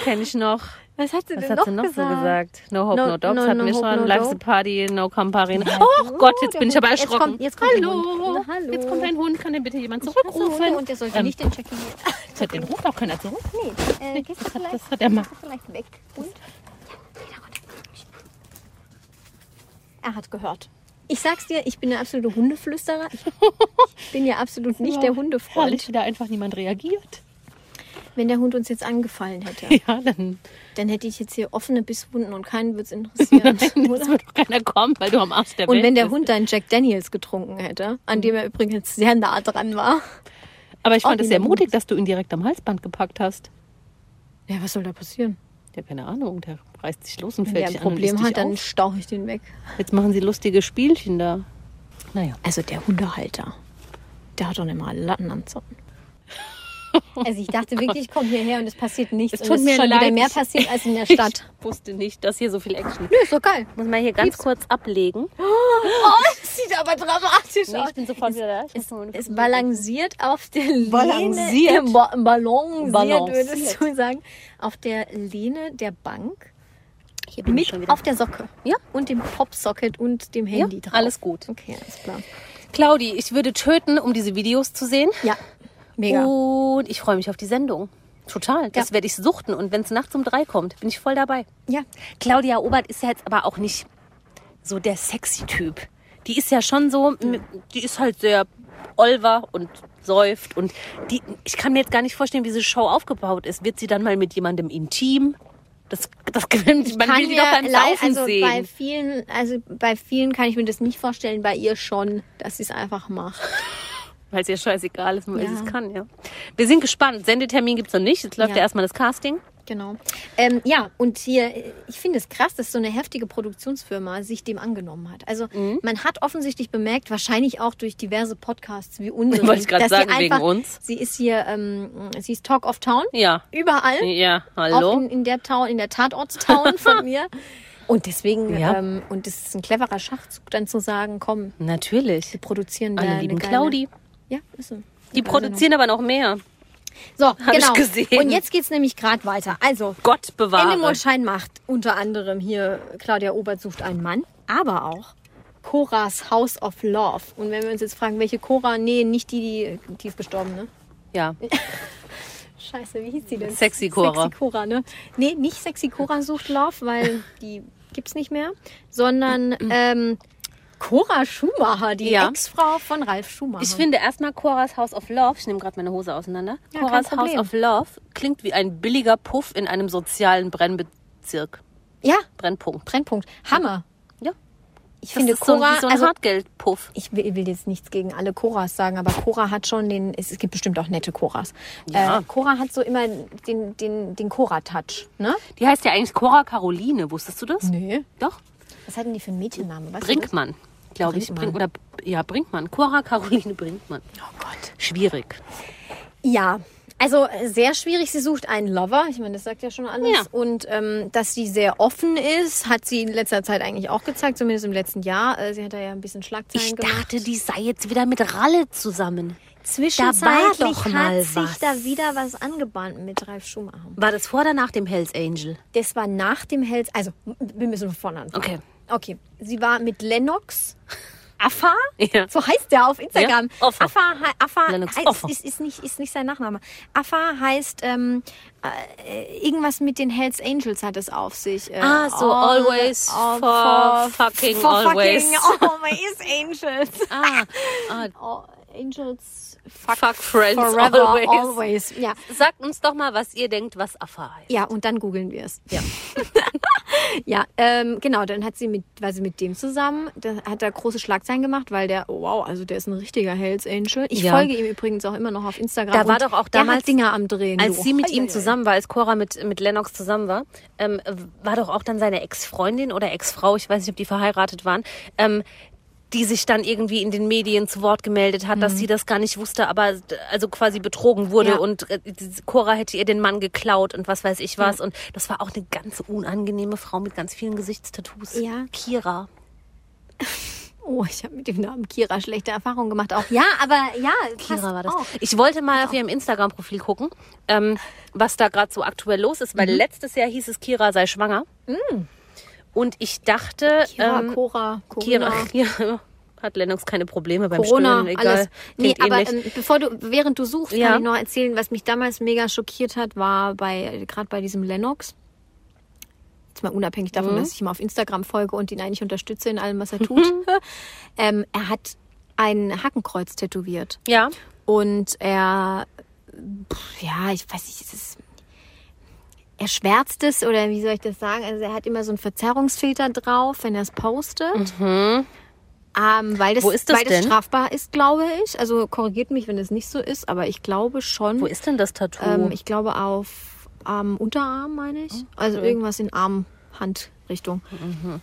Speaker 2: Kenn ich noch.
Speaker 3: Was hat sie
Speaker 2: Was
Speaker 3: denn
Speaker 2: hat
Speaker 3: noch,
Speaker 2: sie noch
Speaker 3: gesagt?
Speaker 2: so gesagt? No Hope,
Speaker 3: No-
Speaker 2: No, Dogs
Speaker 3: no-
Speaker 2: hatten
Speaker 3: no
Speaker 2: wir
Speaker 3: hope,
Speaker 2: schon.
Speaker 3: no
Speaker 2: Life's a
Speaker 3: dope.
Speaker 2: Party, No Campari. oh Gott, jetzt
Speaker 3: der
Speaker 2: bin ich
Speaker 3: Hund.
Speaker 2: aber
Speaker 3: Jetzt
Speaker 2: erschrocken.
Speaker 3: kommt- jetzt kommt der
Speaker 2: Hallo.
Speaker 3: Hund. Na, hallo.
Speaker 2: Jetzt kommt ein Hund. Kann den bitte jemand
Speaker 3: Rufen.
Speaker 2: zurückrufen?
Speaker 3: Und der sollte
Speaker 2: Ähm,
Speaker 3: nicht den Jackie.
Speaker 2: Das hat den ruft auch keiner zurück.
Speaker 3: Nee, äh, gehst du vielleicht,
Speaker 2: Das hat er mal.
Speaker 3: gehst du vielleicht weg. Und? Er hat gehört. Ich sag's dir, ich bin der absolute Hundeflüsterer. Ich bin ja absolut nicht der
Speaker 2: Herrlich,
Speaker 3: Hundefreund.
Speaker 2: wie da einfach niemand reagiert.
Speaker 3: Wenn der Hund uns jetzt angefallen hätte,
Speaker 2: Ja, dann
Speaker 3: dann hätte ich jetzt hier offene Bisswunden und keinen wird's interessieren.
Speaker 2: es wird doch keiner kommen, weil du am Arsch der
Speaker 3: und
Speaker 2: Welt
Speaker 3: wenn der
Speaker 2: bist.
Speaker 3: Hund dann Jack Daniels getrunken hätte, an dem er übrigens sehr nah dran war.
Speaker 2: Aber ich fand es sehr
Speaker 3: Ordnung.
Speaker 2: mutig, dass du ihn direkt am Halsband gepackt hast.
Speaker 3: Ja, was soll da passieren?
Speaker 2: Ja, keine Ahnung, der reißt sich los und
Speaker 3: Wenn
Speaker 2: fällt
Speaker 3: der
Speaker 2: dich
Speaker 3: ein
Speaker 2: an und
Speaker 3: Problem
Speaker 2: isst dich
Speaker 3: hat, dann
Speaker 2: auf.
Speaker 3: stauche ich den weg.
Speaker 2: Jetzt machen sie lustige Spielchen da. Naja.
Speaker 3: Also der Hundehalter, der hat doch immer Latten am Zaun. Also ich dachte wirklich, ich komme hierher und es passiert nichts.
Speaker 2: Es tut
Speaker 3: und
Speaker 2: mir
Speaker 3: ist schon
Speaker 2: leid,
Speaker 3: wieder mehr
Speaker 2: ich-
Speaker 3: passiert als in der Stadt.
Speaker 2: Ich wusste nicht, dass hier so viel Action
Speaker 3: Nö, ist doch geil.
Speaker 2: Muss man hier ganz kurz ablegen.
Speaker 3: Oh, es sieht aber dramatisch
Speaker 2: Nee,
Speaker 3: aus.
Speaker 2: ich bin sofort wieder da. Ich
Speaker 3: Es,
Speaker 2: muss nur meine
Speaker 3: es
Speaker 2: Füße-
Speaker 3: balanciert auf der Lehne.
Speaker 2: Balanciert.
Speaker 3: Ba balanciert,
Speaker 2: Balanciert.
Speaker 3: würdest du sagen. Auf der Lehne der Bank.
Speaker 2: Hier bin ich schon
Speaker 3: Mit
Speaker 2: wieder.
Speaker 3: auf der Socke. Ja. Und dem Popsocket und dem
Speaker 2: ja,
Speaker 3: Handy drauf.
Speaker 2: alles gut.
Speaker 3: Okay, alles klar.
Speaker 2: Claudi, ich würde töten, um diese Videos zu sehen.
Speaker 3: Ja, mega.
Speaker 2: Oh. Und ich freue mich auf die Sendung. Total. Das werde ich suchten. Und wenn es nachts um drei kommt, bin ich voll dabei.
Speaker 3: Ja,
Speaker 2: Claudia Obert ist ja jetzt aber auch nicht so der sexy Typ. Die ist ja schon so, m- die ist halt sehr olver und säuft und die, ich kann mir jetzt gar nicht vorstellen, wie diese Show aufgebaut ist. Wird sie dann mal mit jemandem intim? Das, das gewinnt, man will
Speaker 3: kann
Speaker 2: sie doch beim
Speaker 3: mir leid-
Speaker 2: Saufen
Speaker 3: also
Speaker 2: sehen.
Speaker 3: Bei vielen, also bei vielen kann ich mir das nicht vorstellen, bei ihr schon, dass sie es einfach macht.
Speaker 2: Weil es ihr scheißegal ist, weil
Speaker 3: Ja.
Speaker 2: sie es kann, ja. Wir sind gespannt. Sendetermin gibt's noch nicht. Jetzt läuft
Speaker 3: Ja.
Speaker 2: ja, erstmal das Casting.
Speaker 3: Genau. Ähm, ja, und hier, äh, ich finde es krass, dass so eine heftige Produktionsfirma sich dem angenommen hat. Also
Speaker 2: Mhm.
Speaker 3: man hat offensichtlich bemerkt, wahrscheinlich auch durch diverse Podcasts wie unseren,
Speaker 2: Wollte ich gerade
Speaker 3: dass sie
Speaker 2: sagen, wegen
Speaker 3: einfach,
Speaker 2: uns.
Speaker 3: Sie ist hier, ähm, sie ist Talk of Town,
Speaker 2: Ja.
Speaker 3: überall.
Speaker 2: Ja,
Speaker 3: Auch
Speaker 2: hallo.
Speaker 3: in, in der Town, in der Tatortstown von mir. Und deswegen,
Speaker 2: Ja.
Speaker 3: ähm, und es ist ein cleverer Schachzug, dann zu sagen, komm,
Speaker 2: Natürlich.
Speaker 3: wir produzieren da
Speaker 2: Alle
Speaker 3: eine
Speaker 2: lieben
Speaker 3: geile-
Speaker 2: Claudi.
Speaker 3: Ja, ist so.
Speaker 2: Die produzieren aber noch mehr.
Speaker 3: So,
Speaker 2: ich
Speaker 3: genau.
Speaker 2: gesehen.
Speaker 3: Und jetzt geht's nämlich gerade weiter. Also,
Speaker 2: Gott bewahre.
Speaker 3: Animal Schein macht unter anderem hier Claudia Obert sucht einen Mann, aber auch Cora's House of Love. Und wenn wir uns jetzt fragen, welche Cora, nee, nicht die, die, die ist gestorben, ne?
Speaker 2: Ja,
Speaker 3: Scheiße, wie hieß die denn?
Speaker 2: Sexy Cora.
Speaker 3: Sexy Cora, ne? Nee, nicht Sexy Cora sucht Love, weil die gibt's nicht mehr, sondern ähm, Cora Schumacher, die
Speaker 2: Ja.
Speaker 3: Ex-Frau von Ralf Schumacher.
Speaker 2: ich finde erstmal Cora's House of Love, ich nehme gerade meine Hose auseinander.
Speaker 3: Ja, kein
Speaker 2: Cora's House
Speaker 3: Problem.
Speaker 2: of Love klingt wie ein billiger Puff in einem sozialen Brennbezirk.
Speaker 3: ja,
Speaker 2: Brennpunkt.
Speaker 3: Brennpunkt. Hammer.
Speaker 2: Ja.
Speaker 3: Ich
Speaker 2: Das
Speaker 3: finde
Speaker 2: ist so, ein-
Speaker 3: Cora,
Speaker 2: wie so ein
Speaker 3: also
Speaker 2: Hartgeldpuff.
Speaker 3: ich will, will jetzt nichts gegen alle Koras sagen, aber Cora hat schon den, es, es gibt bestimmt auch nette Koras.
Speaker 2: Ja.
Speaker 3: Äh, Cora hat so immer den, den, den Cora-Touch, ne?
Speaker 2: Die heißt ja eigentlich Cora Caroline, wusstest du das?
Speaker 3: Nee.
Speaker 2: Doch.
Speaker 3: Was hat denn die für einen Mädchennamen? Weißt du
Speaker 2: Brinkmann, glaube ich. Brink, oder,
Speaker 3: Brinkmann.
Speaker 2: ja, Brinkmann. Cora Caroline Brinkmann.
Speaker 3: das? Oh Gott.
Speaker 2: Schwierig.
Speaker 3: Ja. Also äh, sehr schwierig, sie sucht einen Lover, ich meine, das sagt ja schon alles.
Speaker 2: Ja.
Speaker 3: Und ähm, dass sie sehr offen ist, hat sie in letzter Zeit eigentlich auch gezeigt, zumindest im letzten Jahr. Äh, sie hat da ja ein bisschen Schlagzeilen
Speaker 2: Ich
Speaker 3: gemacht.
Speaker 2: dachte, die sei jetzt wieder mit Ralle zusammen.
Speaker 3: Zwischenzeitlich
Speaker 2: Da war doch mal
Speaker 3: hat sich
Speaker 2: was.
Speaker 3: da wieder was angebahnt mit Ralf Schumacher.
Speaker 2: War das vor oder nach dem Hells Angel?
Speaker 3: Das war nach dem Hells. Also, wir müssen von vorne anfangen.
Speaker 2: Okay.
Speaker 3: Okay. Sie war mit Lennox. Affa?
Speaker 2: Ja.
Speaker 3: So heißt der auf Instagram.
Speaker 2: Ja, Offa.
Speaker 3: Affa, hei- Affa
Speaker 2: Lennox
Speaker 3: heißt,
Speaker 2: Offa.
Speaker 3: ist, ist, nicht, ist nicht sein Nachname. Affa heißt ähm, äh, irgendwas mit den Hells Angels hat es auf sich. Äh,
Speaker 2: Ah, so
Speaker 3: all-
Speaker 2: always
Speaker 3: all-
Speaker 2: for fucking
Speaker 3: for
Speaker 2: always.
Speaker 3: Fucking always Angels.
Speaker 2: Ah, ah,
Speaker 3: All- Angels
Speaker 2: fuck, friends
Speaker 3: forever
Speaker 2: always.
Speaker 3: always. Ja.
Speaker 2: Sagt uns doch mal, was ihr denkt, was Affa heißt.
Speaker 3: Ja, und dann googeln wir es. Ja. ja, ähm, genau, dann hat sie mit, war sie mit dem zusammen, da hat er große Schlagzeilen gemacht, weil der, oh, wow, also der ist ein richtiger Hells Angel. Ich
Speaker 2: Ja.
Speaker 3: folge ihm übrigens auch immer noch auf Instagram.
Speaker 2: Da war
Speaker 3: und
Speaker 2: doch auch
Speaker 3: der
Speaker 2: damals,
Speaker 3: hat Dinger am Drehen.
Speaker 2: Als
Speaker 3: du. Oh,
Speaker 2: sie mit ihm
Speaker 3: Eieiei.
Speaker 2: zusammen war, als Cora mit, mit Lennox zusammen war, ähm, war doch auch dann seine Ex-Freundin oder Ex-Frau, ich weiß nicht, ob die verheiratet waren, ähm, die sich dann irgendwie in den Medien zu Wort gemeldet hat, dass sie das gar nicht wusste, aber d- also quasi betrogen wurde
Speaker 3: Mhm. Ja.
Speaker 2: und äh, diese Cora hätte ihr den Mann geklaut und was weiß ich was. Und das war auch eine ganz unangenehme Frau mit ganz vielen Gesichtstattoos.
Speaker 3: Ja.
Speaker 2: Kira.
Speaker 3: Oh, ich habe mit dem Namen Kira schlechte Erfahrungen gemacht. Auch ja, aber ja, passt
Speaker 2: Kira war das.
Speaker 3: Auch.
Speaker 2: Ich wollte mal auf ihrem Instagram-Profil gucken, ähm, was da gerade so aktuell los ist,
Speaker 3: Mhm.
Speaker 2: weil letztes Jahr hieß es, Kira sei schwanger. Und ich dachte,
Speaker 3: Kira,
Speaker 2: ähm,
Speaker 3: Cora, Corona.
Speaker 2: Kira, ja, hat Lennox keine Probleme beim
Speaker 3: Corona,
Speaker 2: Stillen, egal. eh
Speaker 3: alles. Nee,
Speaker 2: Klingt
Speaker 3: aber
Speaker 2: ähnlich.
Speaker 3: ähm, bevor du, während du suchst,
Speaker 2: Ja.
Speaker 3: kann ich noch erzählen, was mich damals mega schockiert hat, war bei, gerade bei diesem Lennox. Jetzt mal unabhängig davon,
Speaker 2: Mhm.
Speaker 3: dass ich ihm auf Instagram folge und ihn eigentlich unterstütze in allem, was er tut. ähm, er hat ein Hakenkreuz tätowiert.
Speaker 2: ja.
Speaker 3: Und er, pf, ja, ich weiß nicht, es ist, er schwärzt es oder wie soll ich das sagen? Also er hat immer so einen Verzerrungsfilter drauf, wenn er es postet. Ähm, weil das,
Speaker 2: Mhm. Wo ist das
Speaker 3: weil das
Speaker 2: denn?
Speaker 3: strafbar ist, glaube ich. Also korrigiert mich, wenn es nicht so ist, aber ich glaube schon.
Speaker 2: Wo Oh, ist denn das Tattoo?
Speaker 3: ähm, ich glaube auf ähm, Unterarm, meine ich. Also irgendwas in Arm, Hand Richtung.
Speaker 2: Mhm.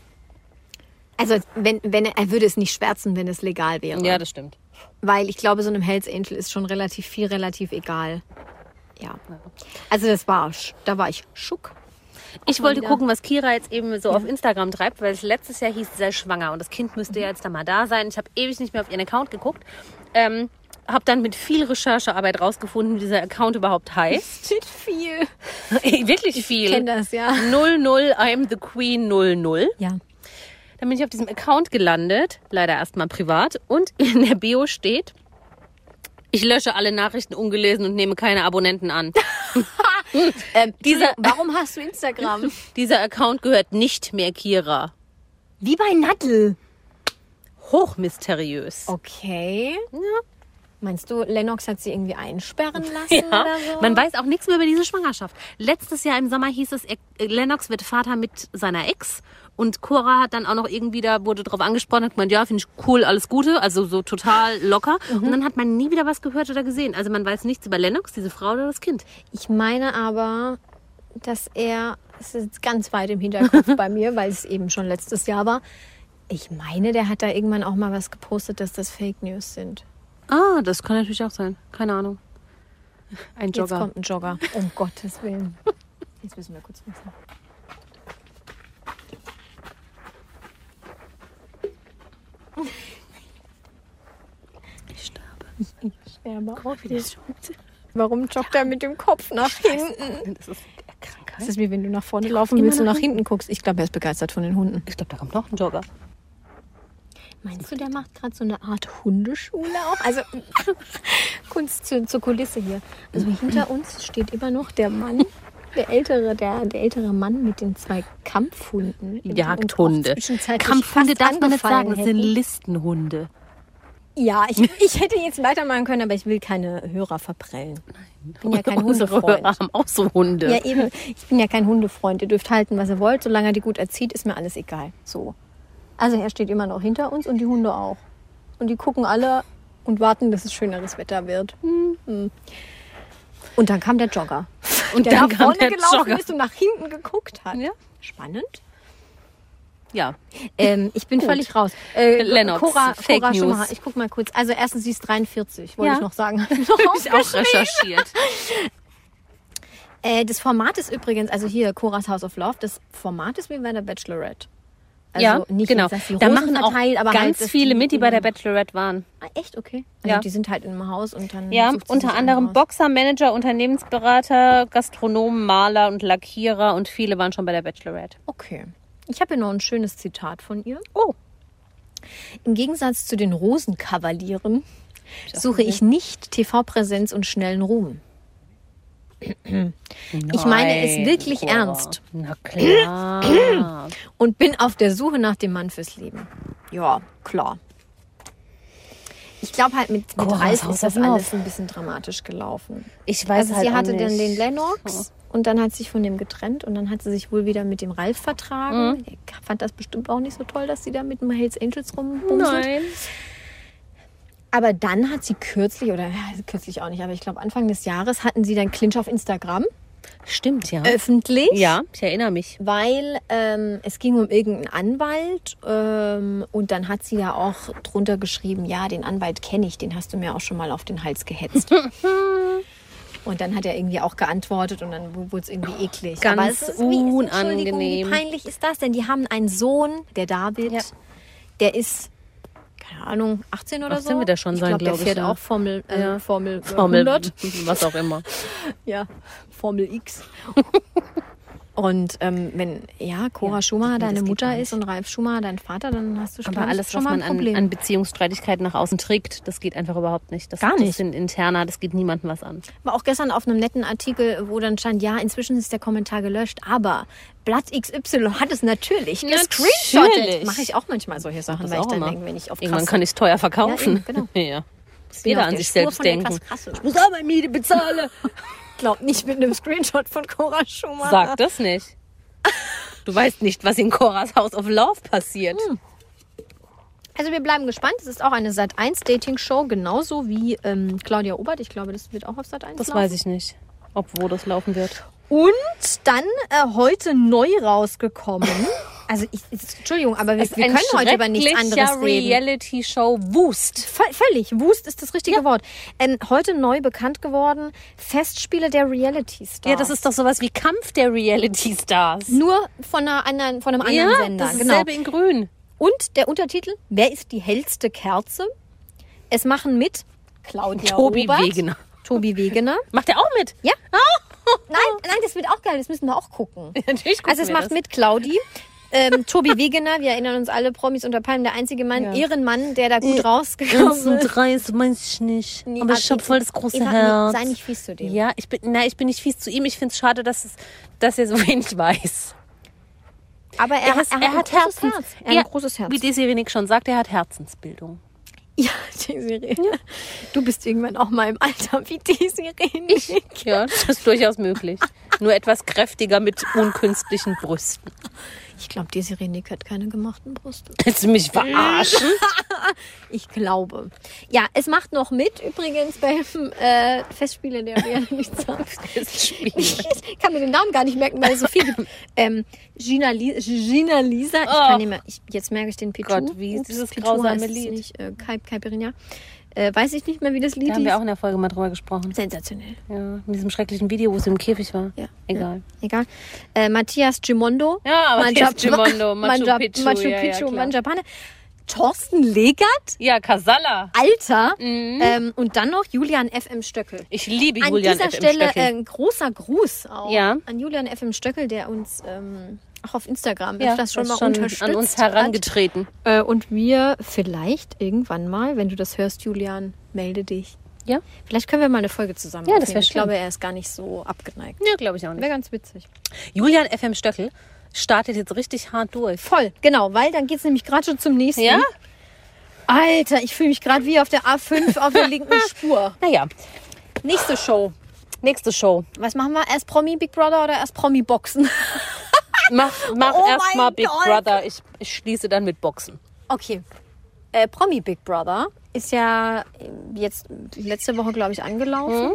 Speaker 3: Also wenn, wenn er, er würde es nicht schwärzen, wenn es legal wäre.
Speaker 2: ja, das stimmt.
Speaker 3: Weil ich glaube, so einem Hells Angel ist schon relativ viel, relativ egal. Ja. Also das war, sch- da war ich schuck.
Speaker 2: Ich wollte
Speaker 3: wieder.
Speaker 2: gucken, was Kira jetzt eben so auf Instagram treibt, weil es letztes Jahr hieß, sie sei schwanger und das Kind müsste
Speaker 3: Mhm.
Speaker 2: ja jetzt da mal da sein. Ich habe ewig nicht mehr auf ihren Account geguckt. Ähm, habe dann mit viel Recherchearbeit rausgefunden, wie dieser Account überhaupt heißt.
Speaker 3: Shit viel.
Speaker 2: Wirklich viel.
Speaker 3: Kenn das, ja.
Speaker 2: 00, I'm the Queen 00.
Speaker 3: Ja.
Speaker 2: Dann bin ich auf diesem Account gelandet, leider erstmal privat. Und in der Bio steht, ich lösche alle Nachrichten ungelesen und nehme keine Abonnenten an.
Speaker 3: Ähm,
Speaker 2: Dieser-
Speaker 3: Entschuldigung, warum hast du Instagram?
Speaker 2: Dieser Account gehört nicht mehr Kira.
Speaker 3: Wie bei Nadel.
Speaker 2: Hochmysteriös.
Speaker 3: Okay. Meinst du, Lennox hat sie irgendwie einsperren lassen
Speaker 2: Ja,
Speaker 3: oder so?
Speaker 2: man weiß auch nichts mehr über diese Schwangerschaft. Letztes Jahr im Sommer hieß es, er- äh, Lennox wird Vater mit seiner Ex. Und Cora hat dann auch noch irgendwie da, wurde drauf angesprochen, hat gemeint, ja, finde ich cool, alles Gute. Also so total locker.
Speaker 3: Mhm.
Speaker 2: Und dann hat man nie wieder was gehört oder gesehen. Also man weiß nichts über Lennox, diese Frau oder das Kind.
Speaker 3: Ich meine aber, dass er, es ist ganz weit im Hinterkopf bei mir, weil es eben schon letztes Jahr war. Ich meine, der hat da irgendwann auch mal was gepostet, dass das Fake News sind.
Speaker 2: Ah, das kann natürlich auch sein. Keine Ahnung. Ein
Speaker 3: Jetzt
Speaker 2: Jogger.
Speaker 3: kommt ein Jogger. Um Gottes Willen. Jetzt müssen wir kurz wissen.
Speaker 2: Ich sterbe.
Speaker 3: Warum joggt er mit dem Kopf nach hinten?
Speaker 2: Das ist eine
Speaker 3: Das
Speaker 2: Krankheit.
Speaker 3: ist wie wenn du nach vorne laufen
Speaker 2: immer
Speaker 3: willst und
Speaker 2: nach
Speaker 3: nach hinten guckst. Ich glaube, er ist begeistert von den Hunden.
Speaker 2: Ich glaube, da kommt noch ein Jogger.
Speaker 3: Meinst du, der macht gerade so eine Art Hundeschule auch? Also Kunst zu, zur Kulisse hier. Also hinter uns steht immer noch der Mann, der ältere, der, der ältere Mann mit den zwei Kampfhunden. die uns auch
Speaker 2: Jagdhunde.
Speaker 3: zwischenzeitlich
Speaker 2: Kampfhunde
Speaker 3: fast
Speaker 2: darf man nicht
Speaker 3: angefallen
Speaker 2: sagen, das sind
Speaker 3: hätten.
Speaker 2: Listenhunde.
Speaker 3: Ja, ich, ich hätte jetzt weitermachen können, aber ich will keine Hörer verprellen. Ich bin ja kein
Speaker 2: Unsere
Speaker 3: Hundefreund.
Speaker 2: Hörer haben auch so Hunde.
Speaker 3: Ja, eben. Ich bin ja kein Hundefreund. Ihr dürft halten, was ihr wollt. Solange er die gut erzieht, ist mir alles egal. So. Also er steht immer noch hinter uns und die Hunde auch. Und die gucken alle und warten, dass es schöneres Wetter wird. Mhm. Und dann kam der Jogger.
Speaker 2: Und
Speaker 3: der
Speaker 2: dann
Speaker 3: nach
Speaker 2: kam
Speaker 3: vorne
Speaker 2: der
Speaker 3: gelaufen
Speaker 2: Jogger.
Speaker 3: ist und nach hinten geguckt hat.
Speaker 2: Ja.
Speaker 3: Spannend.
Speaker 2: ja.
Speaker 3: Ähm, ich bin völlig raus. Äh,
Speaker 2: Lennox,
Speaker 3: Cora,
Speaker 2: Fake
Speaker 3: Cora
Speaker 2: News.
Speaker 3: Schumacher, ich guck mal kurz. Also erstens, sie ist 43, wollte
Speaker 2: Ja.
Speaker 3: ich noch sagen.
Speaker 2: Ich auch recherchiert.
Speaker 3: Äh, das Format ist übrigens, also hier Cora's House of Love, das Format ist wie bei der Bachelorette. Also
Speaker 2: ja,
Speaker 3: nicht
Speaker 2: genau.
Speaker 3: jetzt, dass die
Speaker 2: da
Speaker 3: Rosen
Speaker 2: machen auch
Speaker 3: verteilt, aber halt,
Speaker 2: ganz
Speaker 3: dass
Speaker 2: viele mit, die bei der
Speaker 3: in-
Speaker 2: Bachelorette waren.
Speaker 3: Ah, echt, okay. Also
Speaker 2: Ja.
Speaker 3: die sind halt in einem Haus und dann.
Speaker 2: Ja,
Speaker 3: sucht sie
Speaker 2: unter
Speaker 3: sich
Speaker 2: anderem
Speaker 3: einen raus.
Speaker 2: Boxer, Manager, Unternehmensberater, Gastronomen, Maler und Lackierer und viele waren schon bei der Bachelorette.
Speaker 3: Okay. Ich habe hier noch ein schönes Zitat von ihr.
Speaker 2: Oh.
Speaker 3: Im Gegensatz zu den Rosenkavalieren suche ich nicht TV-Präsenz und schnellen Ruhm. Ich meine es
Speaker 2: Nein,
Speaker 3: wirklich
Speaker 2: Cora.
Speaker 3: ernst.
Speaker 2: Na klar.
Speaker 3: und bin auf der Suche nach dem Mann fürs Leben. Ja, klar. Ich glaube halt mit, mit
Speaker 2: Cora,
Speaker 3: Ralf
Speaker 2: was haut
Speaker 3: ist das
Speaker 2: das
Speaker 3: alles
Speaker 2: auf?
Speaker 3: ein bisschen dramatisch gelaufen.
Speaker 2: Ich weiß
Speaker 3: also
Speaker 2: halt
Speaker 3: sie
Speaker 2: auch
Speaker 3: hatte
Speaker 2: nicht.
Speaker 3: dann den Lennox und dann hat sie sich von dem getrennt und dann hat sie sich wohl wieder mit dem Ralf vertragen.
Speaker 2: Mhm.
Speaker 3: Ich fand das bestimmt auch nicht so toll, dass sie da mit dem Hells Angels rumbumselt.
Speaker 2: Nein.
Speaker 3: Aber dann hat sie kürzlich, oder ja, kürzlich auch nicht, aber ich glaube Anfang des Jahres hatten sie dann Clinch auf Instagram.
Speaker 2: Stimmt, ja.
Speaker 3: Öffentlich.
Speaker 2: Äh, ja, ich erinnere mich.
Speaker 3: Weil ähm, es ging um irgendeinen Anwalt ähm, und dann hat sie ja auch drunter geschrieben, ja, den Anwalt kenne ich, den hast du mir auch schon mal auf den Hals gehetzt. und dann hat er irgendwie auch geantwortet und dann wurde es irgendwie eklig.
Speaker 2: Ganz
Speaker 3: Aber es ist, wie, Entschuldigung, wie
Speaker 2: unangenehm.
Speaker 3: peinlich ist das denn? Die haben einen Sohn, der David,
Speaker 2: Ja.
Speaker 3: der ist... Keine Ahnung, 18 oder
Speaker 2: 18
Speaker 3: so.
Speaker 2: wird er schon
Speaker 3: ich
Speaker 2: sein,
Speaker 3: glaub,
Speaker 2: glaub ich,
Speaker 3: Der fährt
Speaker 2: ja.
Speaker 3: auch Formel, äh,
Speaker 2: Ja.
Speaker 3: Formel, äh,
Speaker 2: Formel,
Speaker 3: 100.
Speaker 2: was auch immer.
Speaker 3: Ja, Formel X. und ähm, wenn ja Cora Schumacher
Speaker 2: das
Speaker 3: deine
Speaker 2: geht
Speaker 3: Mutter
Speaker 2: gar nicht.
Speaker 3: ist und Ralf Schumacher dein Vater, dann hast du schon, glaub
Speaker 2: Aber
Speaker 3: ich,
Speaker 2: alles,
Speaker 3: schon
Speaker 2: was
Speaker 3: mal
Speaker 2: man
Speaker 3: ein
Speaker 2: an,
Speaker 3: Problem.
Speaker 2: an Beziehungsstreitigkeiten nach außen trägt, das geht einfach überhaupt nicht. Das,
Speaker 3: Gar nicht.
Speaker 2: Das sind interner, das geht niemandem was an.
Speaker 3: War auch gestern auf einem netten Artikel, wo dann stand, ja, inzwischen ist der Kommentar gelöscht, aber Blatt XY hat es natürlich gescreenshottet.
Speaker 2: Natürlich.
Speaker 3: Mache ich auch manchmal solche Sachen,
Speaker 2: Das
Speaker 3: weil ich
Speaker 2: auch
Speaker 3: dann
Speaker 2: immer.
Speaker 3: denke, wenn ich auf
Speaker 2: Irgendwann
Speaker 3: krasse-
Speaker 2: kann ich es teuer
Speaker 3: Ja,
Speaker 2: verkaufen.
Speaker 3: eben, genau.
Speaker 2: ja. Muss
Speaker 3: bin
Speaker 2: jeder
Speaker 3: auf
Speaker 2: an
Speaker 3: der
Speaker 2: sich
Speaker 3: Spur
Speaker 2: selbst
Speaker 3: von etwas
Speaker 2: denken.
Speaker 3: Krasserem.
Speaker 2: Ich muss auch meine Miete bezahlen.
Speaker 3: glaub nicht mit einem Screenshot von Cora Schumacher.
Speaker 2: Sag das nicht. Du weißt nicht, was in Coras House of Love passiert.
Speaker 3: Hm, Also wir bleiben gespannt. Es ist auch eine Sat 1 Dating Show, genauso wie ähm, Claudia Obert. Ich glaube, das wird auch auf Sat 1
Speaker 2: Das
Speaker 3: laufen.
Speaker 2: weiß ich nicht, ob wo das laufen wird.
Speaker 3: Und dann äh, heute neu rausgekommen. Also ich, ich- Entschuldigung, aber wir, wir können heute über nichts anderes reden.
Speaker 2: Reality-Show Wust.
Speaker 3: V völlig, Wust ist das richtige Wort. Ähm, heute neu bekannt geworden, Festspiele der Reality Stars.
Speaker 2: Ja, das ist doch sowas wie Kampf der Reality-Stars.
Speaker 3: nur von, einer anderen, von einem anderen
Speaker 2: ja,
Speaker 3: Sender.
Speaker 2: das ist
Speaker 3: genau.
Speaker 2: selbe in grün.
Speaker 3: Und der Untertitel, wer ist die hellste Kerze? Es machen mit Claudia
Speaker 2: Tobi
Speaker 3: Obert.
Speaker 2: Wegener.
Speaker 3: Tobi Wegener.
Speaker 2: Macht er auch mit?
Speaker 3: Ja. Nein, nein, das wird auch geil. Das müssen wir auch gucken.
Speaker 2: Natürlich gucken
Speaker 3: Also es
Speaker 2: wir
Speaker 3: macht
Speaker 2: das.
Speaker 3: mit Claudi. Ähm, Tobi Wegener, wir erinnern uns alle, Promis unter Palmen, der einzige Mann,
Speaker 2: Ja.
Speaker 3: Ehrenmann, der da gut rausgekommen
Speaker 2: Ganzen
Speaker 3: ist.
Speaker 2: dreist meinst ich nicht.
Speaker 3: Nee, also
Speaker 2: aber ich
Speaker 3: aber
Speaker 2: hab voll das große
Speaker 3: Eva, nee,
Speaker 2: Herz.
Speaker 3: sei nicht fies zu dem.
Speaker 2: Ja, ich bin, nein, ich bin nicht fies zu ihm. Ich find's schade, dass, es, dass er so wenig weiß.
Speaker 3: Aber er,
Speaker 2: ist-
Speaker 3: er, hat ein großes Herz. Er hat
Speaker 2: Ja,
Speaker 3: ein großes Herz.
Speaker 2: Wie Desiree Nick schon sagt, er hat Herzensbildung.
Speaker 3: Ja, Desiree. Du bist irgendwann auch mal im Alter wie Desiree. Nick.
Speaker 2: Ja, das ist durchaus möglich. Nur etwas kräftiger mit unkünstlichen Brüsten.
Speaker 3: Ich glaube, Desiree Nick hat keine gemachten Brüste.
Speaker 2: Willst du mich verarschen?
Speaker 3: Ich glaube. Ja, es macht noch mit übrigens beim äh, Festspiele der Realitätsstars.
Speaker 2: Das Spiel.
Speaker 3: Ich kann mir den Namen gar nicht merken, weil es so viel gibt. Ähm, Gina, Li Gina Lisa. Ich kann nicht mehr, ich, jetzt merke ich den Pichu.
Speaker 2: Oh. Gott, wie ist dieses grausame
Speaker 3: heißt es
Speaker 2: Lied?
Speaker 3: Nicht, äh, Kai, Kai Perinia. Äh, weiß ich nicht mehr, wie das Lied
Speaker 2: Da haben wir auch
Speaker 3: hieß.
Speaker 2: in der Folge mal drüber gesprochen.
Speaker 3: Sensationell.
Speaker 2: Ja, in diesem schrecklichen Video, wo sie im Käfig war.
Speaker 3: Ja.
Speaker 2: Egal.
Speaker 3: Egal. Äh, Matthias Gimondo.
Speaker 2: Ja, Matthias
Speaker 3: Manjap-
Speaker 2: Gimondo, Machu
Speaker 3: Manjap-
Speaker 2: Picchu,
Speaker 3: Machu
Speaker 2: ja, ja,
Speaker 3: Picchu,
Speaker 2: klar.
Speaker 3: Manjapane. Thorsten Legert,
Speaker 2: Ja, Kasala.
Speaker 3: Alter.
Speaker 2: Mhm.
Speaker 3: Ähm, und dann noch Julian F.M. Stöckel.
Speaker 2: Ich liebe
Speaker 3: An
Speaker 2: Julian
Speaker 3: dieser
Speaker 2: F. M.
Speaker 3: Stelle äh,
Speaker 2: Stöckel.
Speaker 3: ein großer Gruß auch
Speaker 2: Ja.
Speaker 3: an Julian F. M. Stöckel, der uns ähm, auch auf Instagram
Speaker 2: ja,
Speaker 3: öfters schon
Speaker 2: ist
Speaker 3: mal unterstützt
Speaker 2: an uns
Speaker 3: hat.
Speaker 2: herangetreten.
Speaker 3: Äh, und wir vielleicht irgendwann mal, wenn du das hörst, Julian, melde dich.
Speaker 2: Ja?
Speaker 3: Vielleicht können wir mal eine Folge zusammen
Speaker 2: Ja, das
Speaker 3: aufnehmen.
Speaker 2: wär
Speaker 3: Ich
Speaker 2: schön.
Speaker 3: glaube, er ist gar nicht so abgeneigt.
Speaker 2: Ja, glaube ich auch
Speaker 3: Wäre
Speaker 2: nicht.
Speaker 3: ganz witzig.
Speaker 2: Julian FM Stöckel startet jetzt richtig hart durch.
Speaker 3: Voll, genau, weil dann geht es nämlich gerade schon zum nächsten.
Speaker 2: Ja?
Speaker 3: Alter, ich fühle mich gerade wie auf der A5 auf der linken Spur.
Speaker 2: Naja,
Speaker 3: Nächste Show.
Speaker 2: nächste Show.
Speaker 3: Was machen wir? Erst Promi Big Brother oder erst Promi Boxen?
Speaker 2: Mach, mach
Speaker 3: Oh mein
Speaker 2: erstmal Big
Speaker 3: Gott.
Speaker 2: Brother. Ich, ich schließe dann mit Boxen.
Speaker 3: Okay. Äh, Promi Big Brother ist ja ähm, jetzt letzte Woche, glaube ich, angelaufen.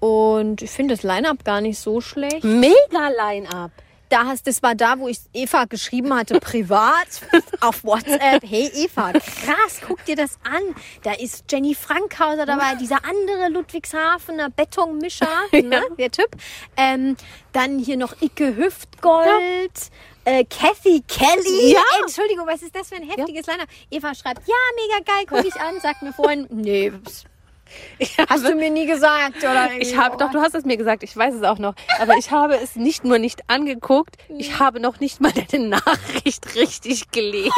Speaker 3: Und ich finde das Line-Up gar nicht so schlecht.
Speaker 2: Mega Line-Up.
Speaker 3: Da hast, das war da, wo ich Eva geschrieben hatte, privat, auf WhatsApp. Hey Eva, krass, guck dir das an. Da ist Jenny Frankhauser dabei, dieser andere Ludwigshafener Betonmischer, ne, der Typ. Ähm, dann hier noch Icke Hüftgold. Äh, Kathy Kelly.
Speaker 2: Ja.
Speaker 3: Entschuldigung, was ist das für ein heftiges Line-Up? Eva schreibt, ja, mega geil, guck ich an, sagt mir vorhin, nee, pst, hast du mir nie gesagt. Oder
Speaker 2: Ich habe doch, du hast es mir gesagt, ich weiß es auch noch. Aber ich habe es nicht nur nicht angeguckt, ich habe noch nicht mal deine Nachricht richtig gelesen.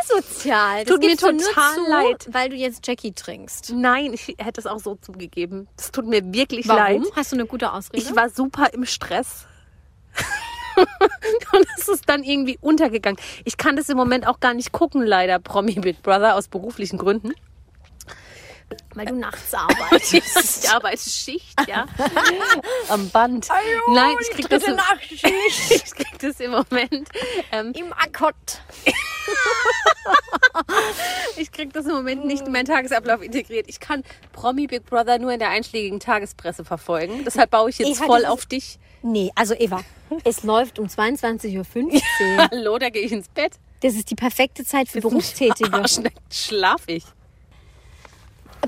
Speaker 3: asozial. Das
Speaker 2: Tut mir
Speaker 3: gibst du nur
Speaker 2: total
Speaker 3: zu,
Speaker 2: leid.
Speaker 3: Weil du jetzt Jackie trinkst.
Speaker 2: Nein, ich hätte es auch so zugegeben. Es tut mir wirklich
Speaker 3: Warum?
Speaker 2: leid.
Speaker 3: Hast du eine gute Ausrede?
Speaker 2: Ich war super im Stress. Und es ist dann irgendwie untergegangen. Ich kann das im Moment auch gar nicht gucken, leider, Promi Big Brother, aus beruflichen Gründen.
Speaker 3: weil du nachts arbeitest.
Speaker 2: Ich arbeite Schicht, ja. Am Band. Nein, ich krieg, das im,
Speaker 3: Nachtschicht
Speaker 2: ich krieg das im Moment. Ähm,
Speaker 3: im Akkord.
Speaker 2: ich krieg das im Moment nicht in meinen Tagesablauf integriert. Ich kann Promi Big Brother nur in der einschlägigen Tagespresse verfolgen. Deshalb baue ich jetzt
Speaker 3: Eva,
Speaker 2: voll
Speaker 3: das ist-
Speaker 2: auf dich.
Speaker 3: Nee, also Eva, es läuft um 22.15 Uhr.
Speaker 2: Hallo, da gehe ich ins Bett.
Speaker 3: Das ist die perfekte Zeit für Berufstätige.
Speaker 2: Arschleck, Schlaf ich.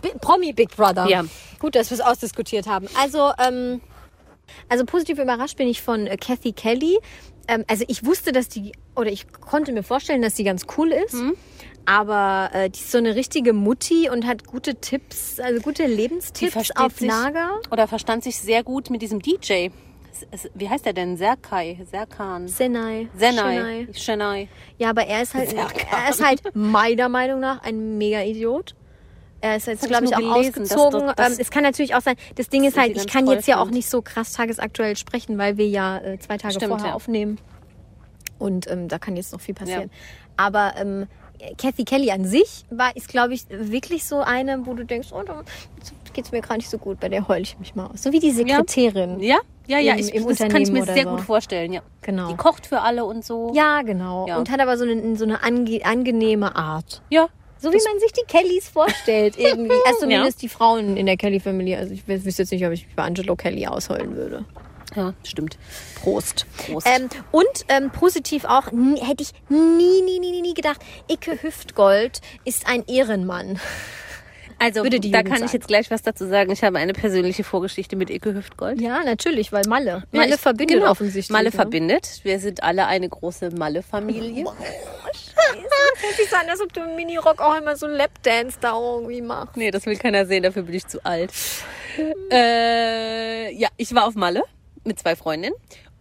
Speaker 3: Bi- Promi Big Brother.
Speaker 2: Ja.
Speaker 3: Gut, dass wir es ausdiskutiert haben. Also, ähm, also positiv überrascht bin ich von äh, Kathy Kelly. Ähm, also ich wusste, dass die, oder ich konnte mir vorstellen, dass die ganz cool ist.
Speaker 2: Mhm.
Speaker 3: Aber äh, die ist so eine richtige Mutti und hat gute Tipps, also gute Lebenstipps auf Lager.
Speaker 2: Sich, oder verstand sich sehr gut mit diesem DJ. Es- es- Wie heißt der denn? Serkai, Serkan.
Speaker 3: Senai.
Speaker 2: Senai. Senai.
Speaker 3: Ja, aber er ist halt,
Speaker 2: Serkan.
Speaker 3: er ist halt meiner Meinung nach ein Mega-Idiot. Er ist jetzt,
Speaker 2: hab
Speaker 3: glaube
Speaker 2: ich
Speaker 3: ich, auch
Speaker 2: nur gelesen, dass
Speaker 3: ausgezogen.
Speaker 2: dort das-
Speaker 3: ähm, es kann natürlich auch sein, das Ding ist
Speaker 2: die
Speaker 3: halt, ich
Speaker 2: ganz
Speaker 3: kann
Speaker 2: toll
Speaker 3: jetzt ja auch
Speaker 2: fand.
Speaker 3: nicht so krass tagesaktuell sprechen, weil wir ja äh, zwei Tage
Speaker 2: Stimmt,
Speaker 3: vorher
Speaker 2: ja.
Speaker 3: aufnehmen. Und ähm, da kann jetzt noch viel passieren. Aber ähm, Kathy Kelly an sich war, ist, glaube ich, wirklich so eine, wo du denkst, oh, da geht's mir gar nicht so gut, bei der heule ich mich mal aus. So wie die Sekretärin.
Speaker 2: Ja, ja, ja.
Speaker 3: Im-
Speaker 2: Ich,
Speaker 3: im
Speaker 2: das kann ich mir
Speaker 3: Unternehmen oder
Speaker 2: sehr
Speaker 3: so.
Speaker 2: gut vorstellen. Ja.
Speaker 3: Genau.
Speaker 2: Die kocht für alle und so.
Speaker 3: Ja, genau.
Speaker 2: Ja.
Speaker 3: Und hat aber so eine, so eine ange angenehme Art.
Speaker 2: ja.
Speaker 3: So wie man sich die Kellys vorstellt, irgendwie. Also zumindest die Frauen in der Kelly-Familie. Also ich wüs- wüsste jetzt nicht, ob ich mich bei Angelo Kelly ausheulen würde.
Speaker 2: Ja, stimmt.
Speaker 3: Prost.
Speaker 2: Prost.
Speaker 3: Ähm, und ähm, positiv auch, n- hätte ich nie, nie, nie, nie, nie gedacht, Icke Hüftgold ist ein Ehrenmann.
Speaker 2: Also,
Speaker 3: würde die
Speaker 2: da
Speaker 3: Jugend
Speaker 2: kann ich
Speaker 3: sagen.
Speaker 2: jetzt gleich was dazu sagen. Ich habe eine persönliche Vorgeschichte mit Ike Hüftgold.
Speaker 3: Ja, natürlich, weil Malle. Malle
Speaker 2: Ja, ich-
Speaker 3: verbindet
Speaker 2: genau.
Speaker 3: offensichtlich.
Speaker 2: Malle
Speaker 3: ne?
Speaker 2: verbindet. Wir sind alle eine große Malle-Familie.
Speaker 3: Fühlt sich so an, als ob du im Minirock auch immer so einen Lapdance da irgendwie machst.
Speaker 2: Nee, das will keiner sehen, dafür bin ich zu alt. Äh, ja, ich war auf Malle mit zwei Freundinnen.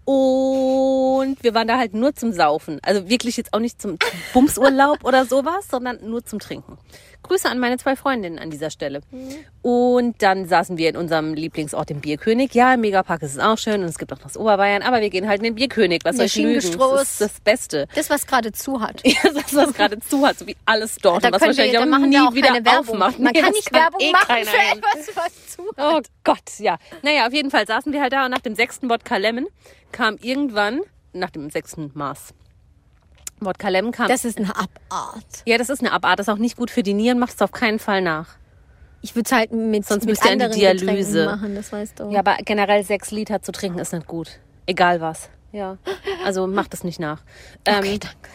Speaker 2: Und wir waren da halt nur zum Saufen. Also wirklich jetzt auch nicht zum Bumsurlaub oder sowas, sondern nur zum Trinken. Grüße an meine zwei Freundinnen an dieser Stelle. Und dann saßen wir in unserem Lieblingsort, dem Bierkönig. Ja, im Megapark ist es auch schön und es gibt auch noch das Oberbayern, aber wir gehen halt in den Bierkönig. Was
Speaker 3: Der
Speaker 2: soll ich lügen?
Speaker 3: Schienengestroß.
Speaker 2: Das ist das Beste.
Speaker 3: Das, was gerade zu hat.
Speaker 2: Ja, das, was gerade zu hat, so wie alles dort.
Speaker 3: Da
Speaker 2: was
Speaker 3: können wir,
Speaker 2: wahrscheinlich
Speaker 3: da
Speaker 2: auch
Speaker 3: machen
Speaker 2: nie
Speaker 3: wir auch
Speaker 2: wieder
Speaker 3: keine Werbung.
Speaker 2: aufmachen.
Speaker 3: Man
Speaker 2: Nee,
Speaker 3: kann
Speaker 2: das
Speaker 3: nicht Werbung
Speaker 2: eh
Speaker 3: machen
Speaker 2: keiner
Speaker 3: für
Speaker 2: hin.
Speaker 3: etwas, was zu hat.
Speaker 2: Oh Gott, ja. Naja, auf jeden Fall saßen wir halt da und nach dem sechsten Wodka Lemon kam irgendwann, nach dem sechsten Maß, Wodka Lemon kam.
Speaker 3: Das ist eine Abart.
Speaker 2: ja, das ist eine Abart, das ist auch nicht gut für die Nieren, macht es auf keinen Fall nach.
Speaker 3: Ich würde es halt mit,
Speaker 2: Sonst
Speaker 3: mit
Speaker 2: müsst ihr an die
Speaker 3: anderen
Speaker 2: Dialyse.
Speaker 3: Getränken machen, das weißt du.
Speaker 2: Ja, aber generell sechs Liter zu trinken ist nicht gut. Egal was. Ja. Also macht es nicht nach. Ähm,
Speaker 3: Okay, danke.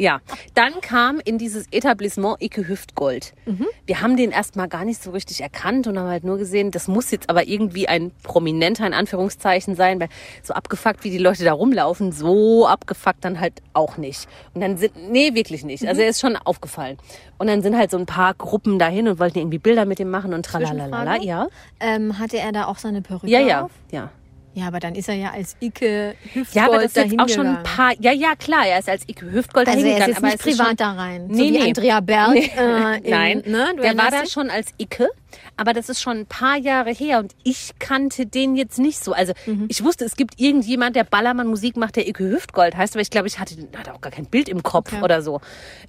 Speaker 2: Ja, dann kam in dieses Etablissement Icke Hüftgold.
Speaker 3: Mhm.
Speaker 2: Wir haben den erstmal gar nicht so richtig erkannt und haben halt nur gesehen, das muss jetzt aber irgendwie ein prominenter in Anführungszeichen sein, weil so abgefuckt, wie die Leute da rumlaufen, so abgefuckt dann halt auch nicht. Und dann sind, nee, wirklich nicht.
Speaker 3: Mhm.
Speaker 2: Also er ist schon aufgefallen. Und dann sind halt so ein paar Gruppen dahin und wollten irgendwie Bilder mit ihm machen und tralalala.
Speaker 3: Zwischenfrage?
Speaker 2: Ja,
Speaker 3: Ähm, hatte er da auch seine Perücke
Speaker 2: ja, ja,
Speaker 3: auf?
Speaker 2: ja.
Speaker 3: Ja, aber dann ist er ja als Icke Hüftgold
Speaker 2: Ja, aber das ist
Speaker 3: dahin
Speaker 2: jetzt auch schon ein
Speaker 3: gegangen.
Speaker 2: paar, ja, ja, klar, er ist als Icke Hüftgold
Speaker 3: Also er ist
Speaker 2: dahingegangen,
Speaker 3: jetzt
Speaker 2: aber
Speaker 3: nicht
Speaker 2: es ist schon-
Speaker 3: privat da rein. so
Speaker 2: Nee,
Speaker 3: wie
Speaker 2: nee.
Speaker 3: Andrea Berg. Äh, in,
Speaker 2: Nein,
Speaker 3: ne? Du
Speaker 2: der war da
Speaker 3: erinnerst dich?
Speaker 2: schon als Icke, aber das ist schon ein paar Jahre her und ich kannte den jetzt nicht so. Also ich wusste, es gibt irgendjemand, der Ballermann Musik macht, der Icke Hüftgold heißt, aber ich glaube, ich hatte, den- hatte auch gar kein Bild im Kopf
Speaker 3: Okay.
Speaker 2: oder so.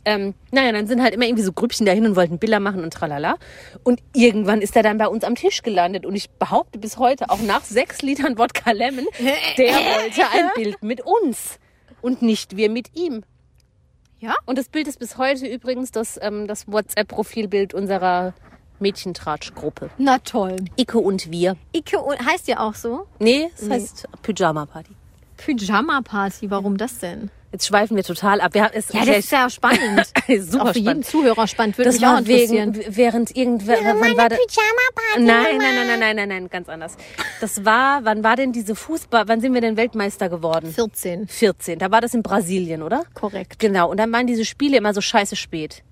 Speaker 2: Ähm, naja, dann sind halt immer irgendwie so Grüppchen dahin und wollten Bilder machen und tralala. Und irgendwann ist er dann bei uns am Tisch gelandet und ich behaupte bis heute, auch nach sechs Litern Wodka Lemon, der wollte ein Bild mit uns und nicht wir mit ihm.
Speaker 3: Ja?
Speaker 2: Und das Bild ist bis heute übrigens das, ähm, das WhatsApp-Profilbild unserer Mädchentratsch-Gruppe.
Speaker 3: Na toll.
Speaker 2: Icke und wir.
Speaker 3: Icke und- heißt ja auch so?
Speaker 2: Nee, es heißt Pyjama-Party.
Speaker 3: Pyjama-Party, warum das denn?
Speaker 2: Jetzt schweifen wir total ab. Wir haben, es,
Speaker 3: Ja, das ist ja spannend.
Speaker 2: super
Speaker 3: auch für jeden
Speaker 2: spannend.
Speaker 3: Zuhörer spannend, würde
Speaker 2: Das
Speaker 3: mich auch
Speaker 2: war
Speaker 3: interessieren.
Speaker 2: wegen, während irgendwer, wann war das? Nein, nein, nein, nein, nein, nein, nein, ganz anders. Das war, wann war denn diese Fußball, wann sind wir denn Weltmeister geworden?
Speaker 3: 14.
Speaker 2: 14. Da war das in Brasilien, oder?
Speaker 3: Korrekt.
Speaker 2: Genau. Und dann waren diese Spiele immer so scheiße spät.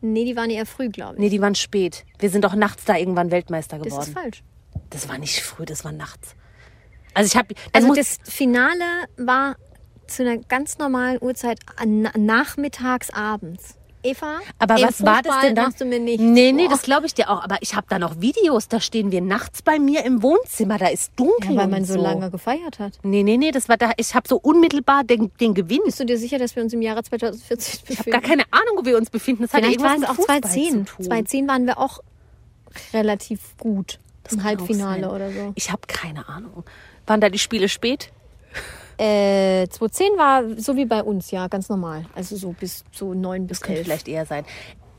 Speaker 3: Nee, die waren eher früh, glaube ich.
Speaker 2: Nee, die waren spät. Wir sind doch nachts da irgendwann Weltmeister geworden.
Speaker 3: das ist falsch.
Speaker 2: Das war nicht früh, das war nachts. Also ich habe
Speaker 3: Also
Speaker 2: muss,
Speaker 3: das Finale war zu einer ganz normalen Uhrzeit an, nachmittags, abends. Eva,
Speaker 2: aber
Speaker 3: im
Speaker 2: was war das
Speaker 3: Fußball
Speaker 2: denn dann?
Speaker 3: machst du mir nicht.
Speaker 2: nee, nee, das glaube ich dir auch, aber ich habe da noch Videos, da stehen wir nachts bei mir im Wohnzimmer, da ist dunkel
Speaker 3: ja, weil man
Speaker 2: und
Speaker 3: so lange gefeiert hat.
Speaker 2: Nee, nee, nee, das war da ich habe so unmittelbar den, den Gewinn.
Speaker 3: Bist du dir sicher, dass wir uns im Jahre 2014 befinden? Ich
Speaker 2: Gar keine Ahnung, wo wir uns befinden. Das
Speaker 3: Vielleicht
Speaker 2: hat
Speaker 3: war
Speaker 2: irgendwas
Speaker 3: es
Speaker 2: mit
Speaker 3: auch
Speaker 2: Fußball
Speaker 3: 2010.
Speaker 2: zu tun.
Speaker 3: 2010 waren wir auch relativ gut. Im
Speaker 2: Kann auch
Speaker 3: Halbfinale
Speaker 2: sein.
Speaker 3: oder so.
Speaker 2: Ich habe keine Ahnung. Waren da die Spiele spät?
Speaker 3: Äh, 2010 war so wie bei uns, ja, ganz normal. Also so bis zu 9 bis
Speaker 2: Das könnte
Speaker 3: 11.
Speaker 2: vielleicht eher sein.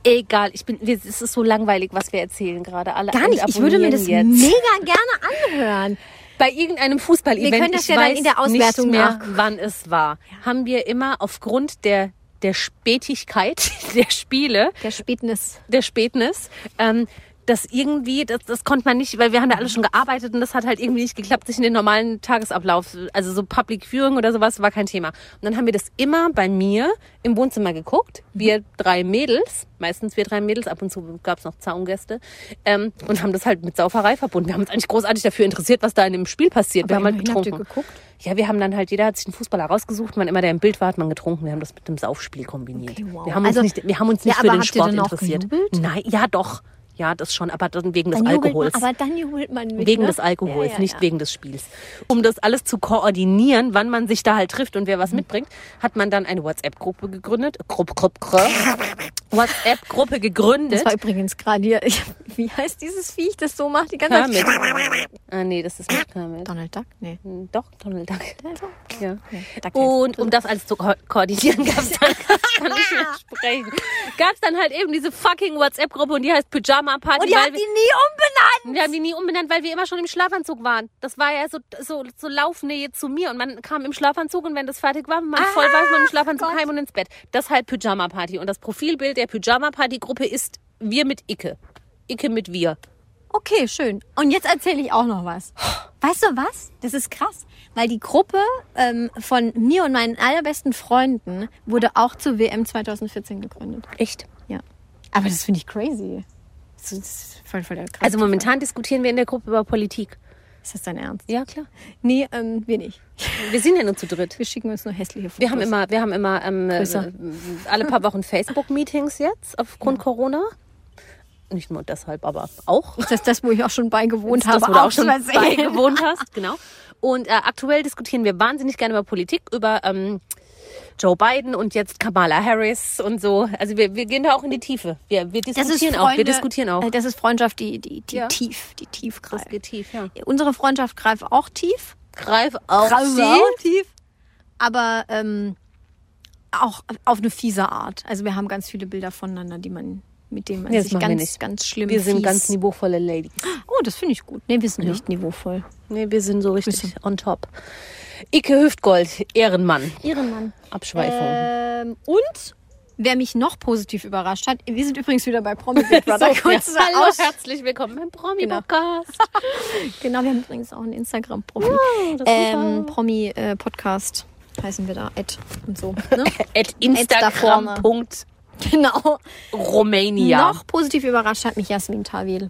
Speaker 2: Egal, ich bin, wir- es ist so langweilig, was wir erzählen gerade. Alle
Speaker 3: Gar nicht. Ich würde mir das
Speaker 2: abonnieren jetzt.
Speaker 3: mega gerne anhören.
Speaker 2: bei irgendeinem Fußball-Event,
Speaker 3: Wir können das
Speaker 2: ich
Speaker 3: ja dann
Speaker 2: weiß
Speaker 3: in der Auswertung
Speaker 2: nicht mehr,
Speaker 3: nachgucken.
Speaker 2: wann es war, haben wir immer aufgrund der der Spätigkeit der Spiele,
Speaker 3: Der Spätnis.
Speaker 2: der Spätnis, ähm, das irgendwie, das, das konnte man nicht, weil wir haben da alle schon gearbeitet und das hat halt irgendwie nicht geklappt, sich in den normalen Tagesablauf, also so Public Viewing oder sowas, war kein Thema. Und dann haben wir das immer bei mir im Wohnzimmer geguckt, wir drei Mädels, meistens wir drei Mädels, ab und zu gab es noch Zaungäste, ähm, und haben das halt mit Sauferei verbunden. Wir haben uns eigentlich großartig dafür interessiert, was da in dem Spiel passiert. wir haben halt
Speaker 3: immerhin habt ihr
Speaker 2: getrunken.
Speaker 3: geguckt?
Speaker 2: Ja, wir haben dann halt, jeder hat sich einen Fußballer rausgesucht, man immer der im Bild war, hat man getrunken. Wir haben das mit dem Saufspiel kombiniert.
Speaker 3: Okay, wow.
Speaker 2: Wir haben uns
Speaker 3: Also-
Speaker 2: nicht, wir haben uns
Speaker 3: Ja,
Speaker 2: nicht
Speaker 3: aber
Speaker 2: für den
Speaker 3: habt ihr
Speaker 2: Sport
Speaker 3: dann auch
Speaker 2: interessiert.
Speaker 3: gejubelt?
Speaker 2: Nein, ja doch. Ja, das schon, aber dann wegen des
Speaker 3: Dann jubelt
Speaker 2: Alkohols.
Speaker 3: Man, aber dann jubelt man mit.
Speaker 2: Wegen
Speaker 3: ne?
Speaker 2: des Alkohols,
Speaker 3: Ja, ja,
Speaker 2: nicht
Speaker 3: ja.
Speaker 2: wegen des Spiels. Um das alles zu koordinieren, wann man sich da halt trifft und wer
Speaker 3: Mhm.
Speaker 2: was mitbringt, hat man dann eine WhatsApp-Gruppe gegründet. Grupp, grupp, grupp. WhatsApp-Gruppe gegründet.
Speaker 3: Das war übrigens gerade hier. Wie heißt dieses Viech, das so macht die ganze
Speaker 2: Kermit.
Speaker 3: Zeit?
Speaker 2: Ah, nee, das ist nicht Kermit.
Speaker 3: Donald Duck? Nee.
Speaker 2: Doch, Donald Duck. Ja.
Speaker 3: Duck
Speaker 2: Und um das alles zu ko koordinieren, gab es dann, kann ich nicht mehr sprechen, gab's dann halt eben diese fucking WhatsApp-Gruppe und die heißt Pyjama Party.
Speaker 3: Und die
Speaker 2: weil
Speaker 3: hat die nie umbenannt.
Speaker 2: wir, wir haben die nie umbenannt, weil wir immer schon im Schlafanzug waren. Das war ja so, so, so Laufnähe zu mir und man kam im Schlafanzug und wenn das fertig war, wenn man voll war, ist man im Schlafanzug heim und ins Bett. Das halt Pyjama Party und das Profilbild der Pyjama Party Gruppe ist wir mit Icke. Icke mit wir.
Speaker 3: Okay, schön. Und jetzt erzähle ich auch noch was. Weißt du was? Das ist krass, weil die Gruppe ähm, von mir und meinen allerbesten Freunden wurde auch zur WM 2014 gegründet.
Speaker 2: Echt?
Speaker 3: Ja. Aber das finde ich crazy. Das ist voll, voll der krass.
Speaker 2: Also momentan diskutieren wir in der Gruppe über Politik.
Speaker 3: Ist das dein Ernst?
Speaker 2: Ja, klar.
Speaker 3: Nee, ähm, wir nicht.
Speaker 2: Wir sind ja nur zu dritt.
Speaker 3: Wir schicken uns nur hässliche Fotos.
Speaker 2: Wir haben immer, wir haben immer ähm,
Speaker 3: Größer.
Speaker 2: äh, alle paar Wochen Facebook-Meetings jetzt aufgrund Corona. Nicht nur deshalb, aber auch.
Speaker 3: Das ist das, wo ich auch schon beigewohnt
Speaker 2: Das,
Speaker 3: habe.
Speaker 2: wo du auch schon
Speaker 3: zu erzählen.
Speaker 2: bei gewohnt hast, genau. Und äh, aktuell diskutieren wir wahnsinnig gerne über Politik, über ähm, Joe Biden und jetzt Kamala Harris und so. Also wir, wir gehen da auch in die Tiefe. Wir, wir
Speaker 3: Das ist
Speaker 2: diskutieren
Speaker 3: Freunde,
Speaker 2: auch. Wir diskutieren auch.
Speaker 3: äh, Das ist Freundschaft, die, die, die
Speaker 2: Ja.
Speaker 3: tief, die tief greift.
Speaker 2: Das geht tief, ja.
Speaker 3: Unsere Freundschaft greift auch tief.
Speaker 2: Greif auch
Speaker 3: Greift
Speaker 2: sie.
Speaker 3: auch tief. Aber ähm, auch auf eine fiese Art. Also wir haben ganz viele Bilder voneinander, die man mit denen man
Speaker 2: Nee, das
Speaker 3: sich
Speaker 2: machen wir
Speaker 3: ganz,
Speaker 2: nicht.
Speaker 3: ganz schlimm
Speaker 2: Wir sind
Speaker 3: fies.
Speaker 2: ganz niveauvolle Ladies.
Speaker 3: Oh, das finde ich gut. Nee, wir sind nicht niveauvoll.
Speaker 2: Nee, wir sind so richtig on top. Icke Hüftgold, Ehrenmann.
Speaker 3: Ehrenmann.
Speaker 2: Abschweifung.
Speaker 3: Ähm, und wer mich noch positiv überrascht hat, wir sind übrigens wieder bei Promi Big Brother. kurz
Speaker 2: Hallo,
Speaker 3: aus.
Speaker 2: herzlich willkommen beim Promi-Podcast.
Speaker 3: Genau, wir haben übrigens auch ein Instagram-Profil.
Speaker 2: das ist
Speaker 3: ähm, Promi-Podcast heißen wir da, Ed und so. Ne?
Speaker 2: At
Speaker 3: da vorne.
Speaker 2: instagram.romania.
Speaker 3: genau. Noch positiv überrascht hat mich Jasmin Tawil.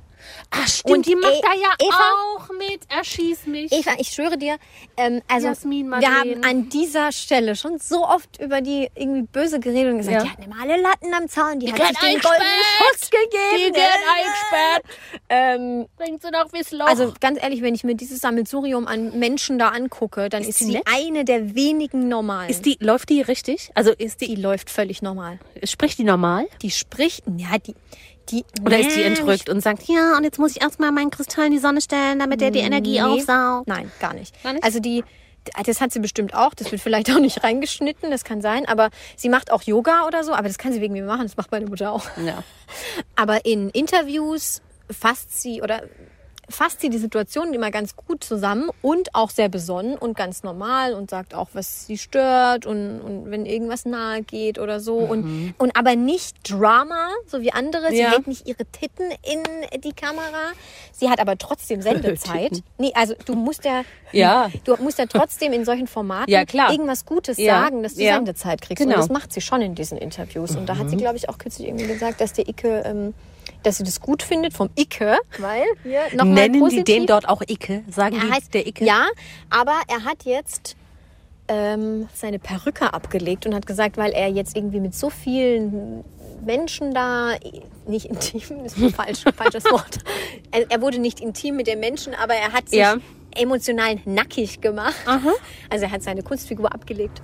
Speaker 2: Ach, Ah, stimmt,
Speaker 3: Und
Speaker 2: die macht
Speaker 3: E-
Speaker 2: da ja
Speaker 3: Eva?
Speaker 2: auch mit. Erschieß mich.
Speaker 3: Eva, ich schwöre dir, ähm, also
Speaker 2: Jasmin,
Speaker 3: wir haben
Speaker 2: Madeleine.
Speaker 3: an dieser Stelle schon so oft über die irgendwie böse geredet und gesagt,
Speaker 2: Ja.
Speaker 3: die hatten immer alle Latten am Zaun, die, hat
Speaker 2: gehört
Speaker 3: sich den
Speaker 2: eingesperrt.
Speaker 3: goldenen Schuss
Speaker 2: die
Speaker 3: gegeben. ne?
Speaker 2: wird eingesperrt.
Speaker 3: ähm,
Speaker 2: Bringt sie doch bis Loch.
Speaker 3: also ganz ehrlich, wenn ich mir dieses Sammelsurium an Menschen da angucke, dann ist,
Speaker 2: die
Speaker 3: sie
Speaker 2: nett?
Speaker 3: eine der wenigen normalen.
Speaker 2: ist die, läuft die richtig? Also ist
Speaker 3: die
Speaker 2: die,
Speaker 3: läuft völlig normal.
Speaker 2: spricht die normal?
Speaker 3: Die spricht, ja, die, die.
Speaker 2: Oder ist die
Speaker 3: Ja,
Speaker 2: entrückt und sagt, ja, und jetzt muss ich erstmal meinen Kristall in die Sonne stellen, damit der die Energie aufsaugt?
Speaker 3: Nein, gar nicht.
Speaker 2: Gar nicht?
Speaker 3: Also die, das hat sie bestimmt auch. Das wird vielleicht auch nicht reingeschnitten, das kann sein. Aber sie macht auch Yoga oder so. Aber das kann sie wegen mir machen, das macht meine Mutter auch.
Speaker 2: Ja.
Speaker 3: Aber in Interviews fasst sie oder fasst sie die Situation immer ganz gut zusammen und auch sehr besonnen und ganz normal und sagt auch, was sie stört und, und wenn irgendwas nahe geht oder so. Und, und aber nicht Drama, so wie andere. Sie
Speaker 2: Ja.
Speaker 3: legt nicht ihre Titten in die Kamera. Sie hat aber trotzdem Sendezeit. nee, also du musst ja,
Speaker 2: Ja.
Speaker 3: du musst ja trotzdem in solchen Formaten
Speaker 2: Ja, klar.
Speaker 3: irgendwas Gutes
Speaker 2: Ja.
Speaker 3: sagen, dass du
Speaker 2: Ja.
Speaker 3: Sendezeit kriegst. Und
Speaker 2: Genau. Mhm.
Speaker 3: das macht sie schon in diesen Interviews. Und da hat sie, glaube ich, auch kürzlich irgendwie gesagt, dass der Icke, ähm, dass sie das gut findet vom Icke, weil hier nochmal
Speaker 2: Nennen die
Speaker 3: positiv.
Speaker 2: den dort auch Icke? Sagen
Speaker 3: Er
Speaker 2: die
Speaker 3: heißt
Speaker 2: der Icke?
Speaker 3: Ja, aber er hat jetzt ähm, seine Perücke abgelegt und hat gesagt, weil er jetzt irgendwie mit so vielen Menschen da, nicht intim, ist ein falsch, falsches Wort. Er, er wurde nicht intim mit den Menschen, aber er hat sich
Speaker 2: Ja.
Speaker 3: emotional nackig gemacht. Also er hat seine Kunstfigur abgelegt.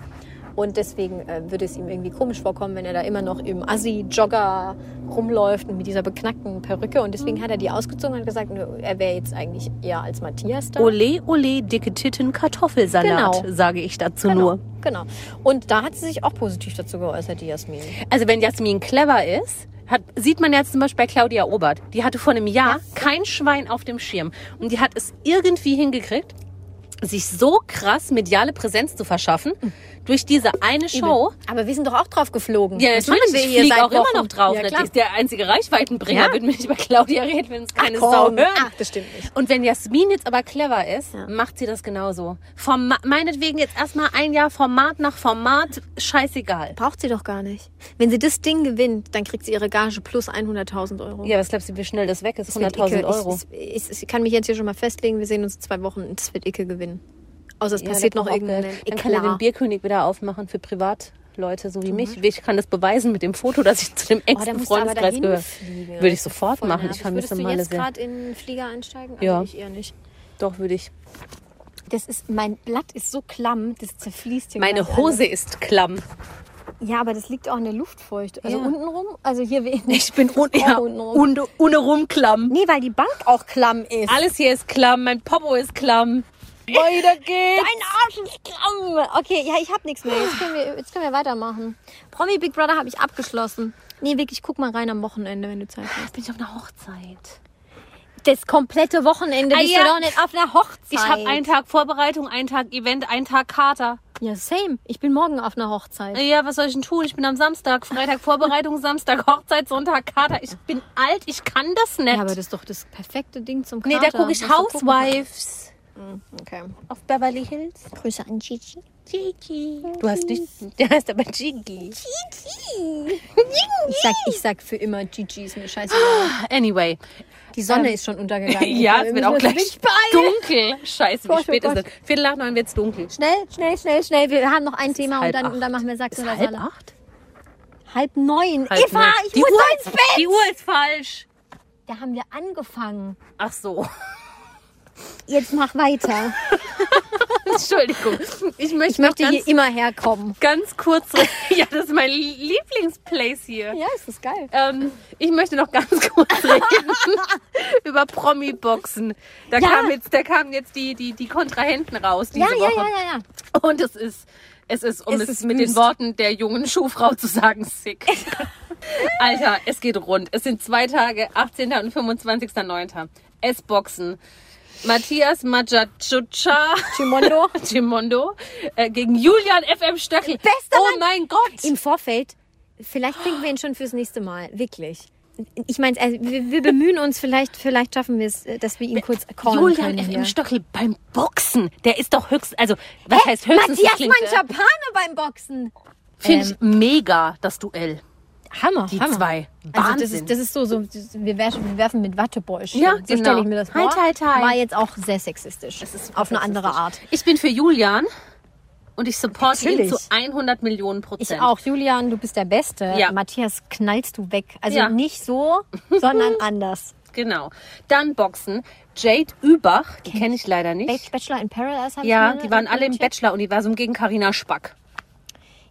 Speaker 3: Und deswegen äh, würde es ihm irgendwie komisch vorkommen, wenn er da immer noch im Assi-Jogger rumläuft und mit dieser beknackten Perücke. Und deswegen hat er die ausgezogen und hat gesagt, nö, er wäre jetzt eigentlich eher als Matthias da.
Speaker 2: Ole, ole, dicke Titten, Kartoffelsalat,
Speaker 3: Genau.
Speaker 2: sage ich dazu
Speaker 3: Genau,
Speaker 2: nur.
Speaker 3: genau. Und da hat sie sich auch positiv dazu geäußert, die Jasmin.
Speaker 2: Also wenn Jasmin clever ist, hat, sieht man ja zum Beispiel bei Claudia Obert. Die hatte vor einem Jahr kein Schwein auf dem Schirm. Und die hat es irgendwie hingekriegt, sich so krass mediale Präsenz zu verschaffen durch diese eine Show.
Speaker 3: Aber wir sind doch auch drauf geflogen.
Speaker 2: Ja,
Speaker 3: Oh. Das
Speaker 2: natürlich,
Speaker 3: machen wir
Speaker 2: ich
Speaker 3: hier
Speaker 2: fliege
Speaker 3: seit
Speaker 2: auch
Speaker 3: Wochen.
Speaker 2: immer noch drauf.
Speaker 3: Ja,
Speaker 2: das
Speaker 3: klar.
Speaker 2: ist der einzige Reichweitenbringer,
Speaker 3: Ja.
Speaker 2: wenn wir nicht über Claudia reden, wenn es keine Sau
Speaker 3: Komm.
Speaker 2: hört.
Speaker 3: Ach, das stimmt nicht.
Speaker 2: Und wenn Jasmin jetzt aber clever ist,
Speaker 3: Ja.
Speaker 2: macht sie das genauso. Forma meinetwegen jetzt erstmal ein Jahr Format nach Format, scheißegal.
Speaker 3: Braucht sie doch gar nicht. Wenn sie das Ding gewinnt, dann kriegt sie ihre Gage plus 100.000 Euro.
Speaker 2: Ja, was glaubst du, wie schnell das weg ist?
Speaker 3: Das wird
Speaker 2: 100.000
Speaker 3: Icke.
Speaker 2: Euro.
Speaker 3: Ich, ich, ich kann mich jetzt hier schon mal festlegen, wir sehen uns in zwei Wochen und das wird Icke gewinnen. Außer es
Speaker 2: Ja,
Speaker 3: passiert
Speaker 2: der
Speaker 3: noch
Speaker 2: braucht auch
Speaker 3: irgendein
Speaker 2: Geld. Dann kann er den Bierkönig wieder aufmachen für Privatleute, so wie mich. Ich kann das beweisen mit dem Foto, dass ich zu dem
Speaker 3: Oh,
Speaker 2: engsten Freundeskreis gehöre. Würde ich sofort machen. Ich vermisse
Speaker 3: Würdest du
Speaker 2: meine
Speaker 3: jetzt
Speaker 2: sehr.
Speaker 3: gerade in den Flieger einsteigen? Also
Speaker 2: Ja.
Speaker 3: Ich eher nicht.
Speaker 2: Doch, würde ich.
Speaker 3: Das ist, mein Blatt ist so klamm, das zerfließt hier.
Speaker 2: Meine
Speaker 3: gleich
Speaker 2: Hose ist klamm.
Speaker 3: alles. Ja, aber das liegt auch in der Luftfeucht. Also
Speaker 2: Ja.
Speaker 3: unten rum, also hier we-
Speaker 2: Ich bin un
Speaker 3: Auch
Speaker 2: ja,
Speaker 3: untenrum.
Speaker 2: un ohne rum klamm.
Speaker 3: Nee, weil die Bank auch klamm ist.
Speaker 2: Alles hier ist klamm. Mein Popo ist klamm. Weiter geht's.
Speaker 3: Mein Arsch ist klamm. Okay, ja, ich hab nichts mehr. Jetzt können wir, jetzt können wir weitermachen. Promi Big Brother habe ich abgeschlossen. Nee, wirklich, guck mal rein am Wochenende, wenn du Zeit hast.
Speaker 2: Ich bin auf einer Hochzeit.
Speaker 3: Das komplette Wochenende
Speaker 2: Ah,
Speaker 3: bist
Speaker 2: ja.
Speaker 3: du doch nicht auf einer Hochzeit.
Speaker 2: Ich habe einen Tag Vorbereitung, einen Tag Event, einen Tag Kater.
Speaker 3: Ja, same. Ich bin morgen auf einer Hochzeit.
Speaker 2: Ja, was soll ich denn tun? Ich bin am Samstag, Freitag Vorbereitung, Samstag Hochzeit, Sonntag Kater. Ich bin alt, ich kann das nicht.
Speaker 3: Ja, aber das ist doch das perfekte Ding zum
Speaker 2: nee,
Speaker 3: Kater.
Speaker 2: da gucke ich
Speaker 3: Musst du gucken. Hm,
Speaker 2: Housewives
Speaker 3: Okay.
Speaker 2: auf Beverly Hills.
Speaker 3: Grüße an Gigi.
Speaker 2: Gigi. Du hast nicht, der heißt aber Gigi.
Speaker 3: Ich sag, ich sag für immer Gigi ist mir scheißegal.
Speaker 2: Anyway.
Speaker 3: Die Sonne ist schon untergegangen.
Speaker 2: Ja,
Speaker 3: Wir
Speaker 2: es
Speaker 3: müssen
Speaker 2: wird auch
Speaker 3: uns
Speaker 2: gleich
Speaker 3: nicht beeilen.
Speaker 2: dunkel. Scheiße, wie
Speaker 3: Gott, oh
Speaker 2: spät ist
Speaker 3: Gott.
Speaker 2: es? Viertel nach neun wird's dunkel.
Speaker 3: Schnell, schnell, schnell, schnell. Wir haben noch ein Thema und
Speaker 2: halb
Speaker 3: dann, und
Speaker 2: acht.
Speaker 3: dann machen wir Sachsen oder Saarland.
Speaker 2: acht?
Speaker 3: Halb neun.
Speaker 2: Halb
Speaker 3: Eva,
Speaker 2: neun.
Speaker 3: ich
Speaker 2: Die
Speaker 3: muss
Speaker 2: Uhr,
Speaker 3: doch ins Bett.
Speaker 2: Die Uhr ist falsch.
Speaker 3: Da haben wir angefangen.
Speaker 2: Ach so.
Speaker 3: Jetzt mach weiter.
Speaker 2: Entschuldigung. Ich möchte,
Speaker 3: Ich möchte
Speaker 2: noch ganz,
Speaker 3: hier immer herkommen.
Speaker 2: ganz kurz. ja, das ist mein Lieblingsplace hier.
Speaker 3: Ja, ist das geil.
Speaker 2: Ähm, ich möchte noch ganz kurz reden über Promi-Boxen. Da,
Speaker 3: Ja.
Speaker 2: kam jetzt, da kamen jetzt die, die, die Kontrahenten raus diese
Speaker 3: Ja, ja,
Speaker 2: Woche.
Speaker 3: ja, ja, ja.
Speaker 2: Und es ist, es ist, um
Speaker 3: Es
Speaker 2: es,
Speaker 3: ist
Speaker 2: mit
Speaker 3: wüst.
Speaker 2: den Worten der jungen Schuhfrau zu sagen, sick. Alter, es geht rund. Es sind zwei Tage, 18. und 25.09. Es boxen. Matthias Majacucha
Speaker 3: Chimondo.
Speaker 2: Gimondo äh, gegen Julian FM Stöckel.
Speaker 3: Bester
Speaker 2: oh
Speaker 3: Mann.
Speaker 2: mein Gott!
Speaker 3: Im Vorfeld, vielleicht kriegen wir ihn schon fürs nächste Mal. Wirklich. Ich meine, also wir, wir bemühen uns, vielleicht, vielleicht schaffen wir es, äh, dass wir ihn kurz callen
Speaker 2: Julian
Speaker 3: können.
Speaker 2: FM
Speaker 3: hier.
Speaker 2: Stöckel beim Boxen. Der ist doch höchst, also was heißt höchstens? das
Speaker 3: Matthias Ähm.
Speaker 2: klingt, äh,
Speaker 3: Manchapane beim Boxen.
Speaker 2: Finde ich mega das Duell.
Speaker 3: Hammer,
Speaker 2: Die
Speaker 3: Hammer.
Speaker 2: zwei.
Speaker 3: Also das
Speaker 2: Wahnsinn.
Speaker 3: ist, das ist so, so das- wir, werfen, wir werfen mit Wattebäuschen.
Speaker 2: Ja,
Speaker 3: so
Speaker 2: genau.
Speaker 3: stelle ich mir das vor.
Speaker 2: Hi, hi, hi.
Speaker 3: War jetzt auch sehr sexistisch. auf eine andere Art.
Speaker 2: Ich bin für Julian und ich supporte
Speaker 3: Natürlich.
Speaker 2: ihn zu 100 Millionen Prozent.
Speaker 3: Ich auch. Julian, du bist der Beste.
Speaker 2: Ja.
Speaker 3: Matthias, knallst du weg. Also
Speaker 2: Ja.
Speaker 3: nicht so, sondern anders.
Speaker 2: Genau. Dann Boxen. Jade Übach, die kenne ich leider nicht.
Speaker 3: Bachelor in Paradise habe
Speaker 2: Ja,
Speaker 3: ich mir
Speaker 2: die waren alle im
Speaker 3: gecheckt.
Speaker 2: Bachelor-Universum gegen Karina Spack.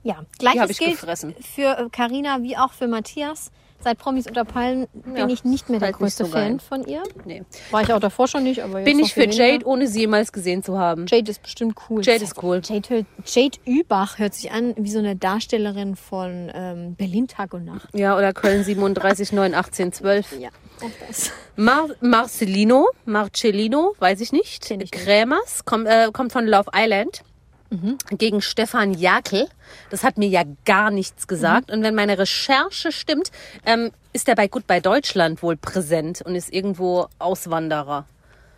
Speaker 3: Ja,
Speaker 2: hab
Speaker 3: gleiches
Speaker 2: ich
Speaker 3: gilt
Speaker 2: gefressen.
Speaker 3: für Karina wie auch für Matthias. Seit Promis unter Palmen bin
Speaker 2: Ja,
Speaker 3: ich nicht mehr der
Speaker 2: halt nicht
Speaker 3: größte
Speaker 2: so
Speaker 3: Fan
Speaker 2: geil.
Speaker 3: von ihr.
Speaker 2: Nee.
Speaker 3: War ich auch davor schon nicht, aber jetzt
Speaker 2: Bin
Speaker 3: noch
Speaker 2: ich für
Speaker 3: viel weniger.
Speaker 2: Jade, ohne sie jemals gesehen zu haben.
Speaker 3: Jade ist bestimmt cool.
Speaker 2: Jade ist cool.
Speaker 3: Jade, hört- Jade Übach hört sich an wie so eine Darstellerin von ähm, Berlin Tag und Nacht.
Speaker 2: Ja, oder Köln 37, 9, 18, 12.
Speaker 3: Ja, auch das.
Speaker 2: Mar Marcelino, Marcellino, weiß ich nicht.
Speaker 3: Kenn ich nicht.
Speaker 2: Krämers, komm, äh, kommt von Love Island.
Speaker 3: Mhm.
Speaker 2: Gegen Stefan Jakel. Das hat mir ja gar nichts
Speaker 3: Mhm.
Speaker 2: gesagt. Und wenn meine Recherche stimmt, ähm, ist er bei Goodbye Deutschland wohl präsent und ist irgendwo Auswanderer.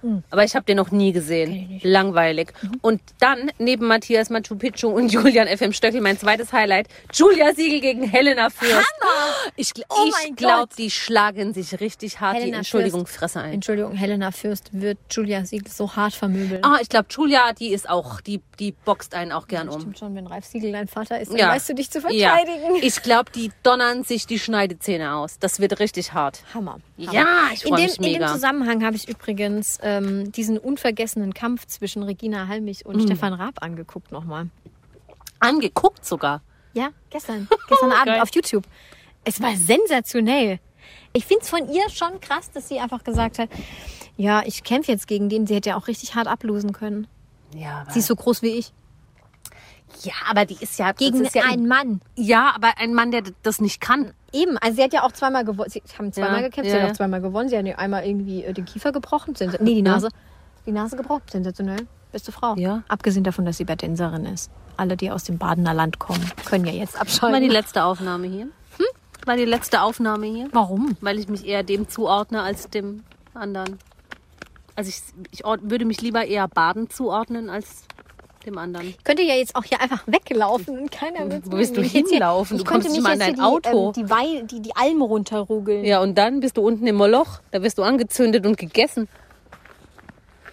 Speaker 3: Mhm.
Speaker 2: Aber ich habe den noch nie gesehen. Langweilig. Und dann neben Matthias Machu Picchu und Julian FM Stöckel mein zweites Highlight. Julia Siegel gegen Helena Fürst. Hammer! Ich, gl-
Speaker 3: Oh mein
Speaker 2: ich glaube,
Speaker 3: Gott!
Speaker 2: die schlagen sich richtig hart die
Speaker 3: Helena
Speaker 2: Entschuldigung
Speaker 3: Fürst.
Speaker 2: Fresse ein.
Speaker 3: Entschuldigung, Helena Fürst wird Julia Siegel so hart vermöbeln.
Speaker 2: Ah, ich glaube, Julia, die ist auch, die, die boxt einen auch gern um.
Speaker 3: Stimmt schon, wenn Ralf Siegel dein Vater ist, dann
Speaker 2: Ja.
Speaker 3: weißt du dich zu
Speaker 2: Ja.
Speaker 3: verteidigen.
Speaker 2: Ich glaube, die donnern sich die Schneidezähne aus. Das wird richtig hart.
Speaker 3: Hammer.
Speaker 2: Ja,
Speaker 3: Hammer.
Speaker 2: ich
Speaker 3: in
Speaker 2: freu
Speaker 3: dem,
Speaker 2: mich
Speaker 3: In dem
Speaker 2: mega.
Speaker 3: Zusammenhang habe ich übrigens ähm, diesen unvergessenen Kampf zwischen Regina Halmich
Speaker 2: Mm.
Speaker 3: und Stefan Raab angeguckt nochmal.
Speaker 2: Angeguckt sogar.
Speaker 3: Ja, gestern. Gestern Abend
Speaker 2: Geil.
Speaker 3: auf YouTube. Es war sensationell. Ich finde es von ihr schon krass, dass sie einfach gesagt hat, ja, ich kämpfe jetzt gegen den. Sie hätte ja auch richtig hart ablosen können.
Speaker 2: Ja, aber,
Speaker 3: Sie ist so groß wie ich.
Speaker 2: ja, aber die ist ja
Speaker 3: Gegen
Speaker 2: das ist ja,
Speaker 3: einen Mann.
Speaker 2: Ja, aber ein Mann, der d- das nicht kann.
Speaker 3: Eben, also sie hat ja auch zweimal gewonnen. Sie haben zweimal
Speaker 2: Ja,
Speaker 3: gekämpft,
Speaker 2: ja,
Speaker 3: sie hat
Speaker 2: ja.
Speaker 3: auch zweimal gewonnen. Sie hat ja einmal irgendwie äh, den Kiefer gebrochen. Sensa- Nee, die Nase. Die Nase gebrochen. Sensationell. Beste Frau.
Speaker 2: Ja.
Speaker 3: Abgesehen davon, dass sie Bettinserin ist. Alle, die aus dem Badener Land kommen, können ja jetzt
Speaker 2: War die
Speaker 3: abschalten.
Speaker 2: letzte Aufnahme hier? Hm? War die letzte Aufnahme hier?
Speaker 3: Warum?
Speaker 2: Weil ich mich eher dem zuordne als dem anderen. Also ich, ich ord- würde mich lieber eher Baden zuordnen als dem anderen.
Speaker 3: Könnte ja jetzt auch hier einfach weglaufen und keiner wird
Speaker 2: Wo willst du hinlaufen?
Speaker 3: Ich
Speaker 2: Du
Speaker 3: könnte mich
Speaker 2: kommst nicht mal in
Speaker 3: jetzt
Speaker 2: ein
Speaker 3: hier die,
Speaker 2: Auto.
Speaker 3: Ähm, die, Wei die, die Alm runterrugeln.
Speaker 2: Ja, und dann bist du unten im Moloch. Da wirst du angezündet und gegessen.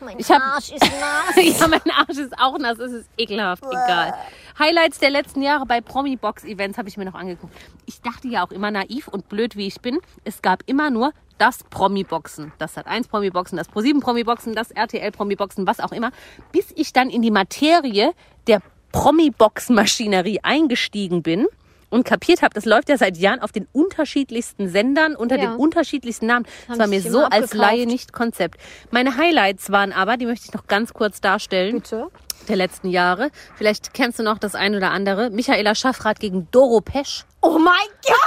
Speaker 3: Mein
Speaker 2: ich hab-
Speaker 3: Arsch ist nass.
Speaker 2: ja, mein Arsch ist auch nass. Es ist ekelhaft. Egal. Highlights der letzten Jahre bei Promi-Box-Events habe ich mir noch angeguckt. Ich dachte ja auch immer naiv und blöd, wie ich bin. Es gab immer nur das Promi-Boxen. Das hat 1 Promi-Boxen, das Pro7 Promi-Boxen, das RTL Promi-Boxen, was auch immer. Bis ich dann in die Materie der Promi-Box-Maschinerie eingestiegen bin und kapiert habe, das läuft ja seit Jahren auf den unterschiedlichsten Sendern unter
Speaker 3: Ja.
Speaker 2: den unterschiedlichsten Namen. Das
Speaker 3: Haben
Speaker 2: war mir
Speaker 3: sich
Speaker 2: so
Speaker 3: immer
Speaker 2: als
Speaker 3: abgekauft.
Speaker 2: Laie nicht Konzept. Meine Highlights waren aber, die möchte ich noch ganz kurz darstellen,
Speaker 3: Bitte.
Speaker 2: der letzten Jahre. Vielleicht kennst du noch das ein oder andere. Michaela Schaffrath gegen Doro Pesch.
Speaker 3: Oh mein Gott!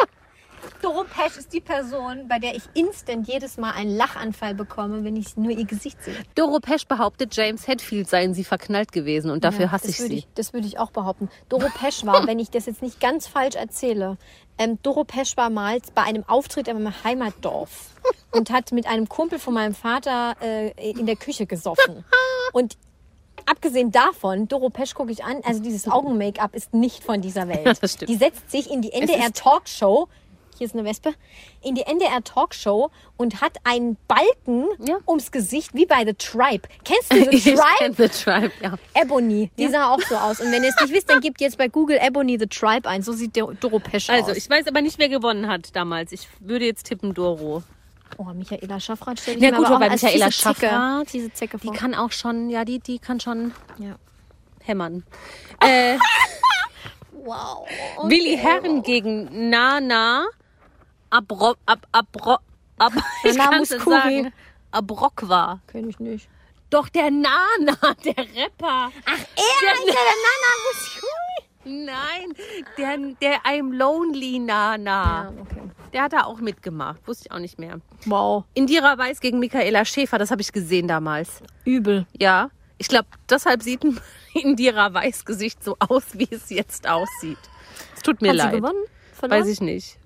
Speaker 3: Doro Pesch ist die Person, bei der ich instant jedes Mal einen Lachanfall bekomme, wenn ich nur ihr Gesicht sehe.
Speaker 2: Doro Pesch behauptet, James Hetfield seien sie verknallt gewesen und dafür
Speaker 3: Ja,
Speaker 2: hasse
Speaker 3: das
Speaker 2: ich
Speaker 3: würde
Speaker 2: sie.
Speaker 3: Das würde ich auch behaupten. Doro Pesch war, wenn ich das jetzt nicht ganz falsch erzähle, ähm, Doro Pesch war mal bei einem Auftritt in meinem Heimatdorf und hat mit einem Kumpel von meinem Vater äh, in der Küche gesoffen. Und abgesehen davon, Doro Pesch gucke ich an, also dieses Augen-Make-up ist nicht von dieser Welt.
Speaker 2: Ja, das stimmt.
Speaker 3: Die setzt sich in die NDR-Talkshow. Hier ist eine Wespe. In die NDR-Talkshow und hat einen Balken
Speaker 2: Ja.
Speaker 3: ums Gesicht, wie bei The Tribe. Kennst du The
Speaker 2: Ich
Speaker 3: Tribe?
Speaker 2: kenn The Tribe, ja.
Speaker 3: Ebony, die sah auch so aus. Und wenn ihr es nicht wisst, dann gebt jetzt bei Google Ebony the Tribe ein. So sieht der Doro Pesch
Speaker 2: Also,
Speaker 3: aus.
Speaker 2: ich weiß aber nicht, wer gewonnen hat damals. Ich würde jetzt tippen Doro.
Speaker 3: Oh, Michaela Schaffrath stelle ich
Speaker 2: Ja,
Speaker 3: mir
Speaker 2: gut,
Speaker 3: aber auch
Speaker 2: wobei
Speaker 3: als
Speaker 2: Michaela
Speaker 3: fiese Zicke-
Speaker 2: Schaffrath,
Speaker 3: fiese Zecke
Speaker 2: Die
Speaker 3: vor.
Speaker 2: kann auch schon, ja, die, die kann schon
Speaker 3: ja.
Speaker 2: hämmern. Äh,
Speaker 3: Wow.
Speaker 2: Willi Herren gegen Nana Abro, ab, abro, ab, ich
Speaker 3: Nana
Speaker 2: kann's nicht
Speaker 3: Mouskouri.
Speaker 2: sagen. Abrock war.
Speaker 3: Kenn ich nicht.
Speaker 2: Doch der Nana, der Rapper.
Speaker 3: Er ist ja der Nana
Speaker 2: Nein, der, der I'm Lonely Nana.
Speaker 3: Musikuri. Ja, Ah, okay.
Speaker 2: Der hat da auch mitgemacht. Wusste ich auch nicht mehr.
Speaker 3: Wow.
Speaker 2: Indira Weiß gegen Michaela Schäfer, das habe ich gesehen damals.
Speaker 3: Übel.
Speaker 2: Ja, ich glaube, deshalb sieht Indira Weiß Gesicht so aus, wie es jetzt aussieht. Es tut mir
Speaker 3: Hat
Speaker 2: leid.
Speaker 3: sie gewonnen? Verloren?
Speaker 2: Weiß ich nicht.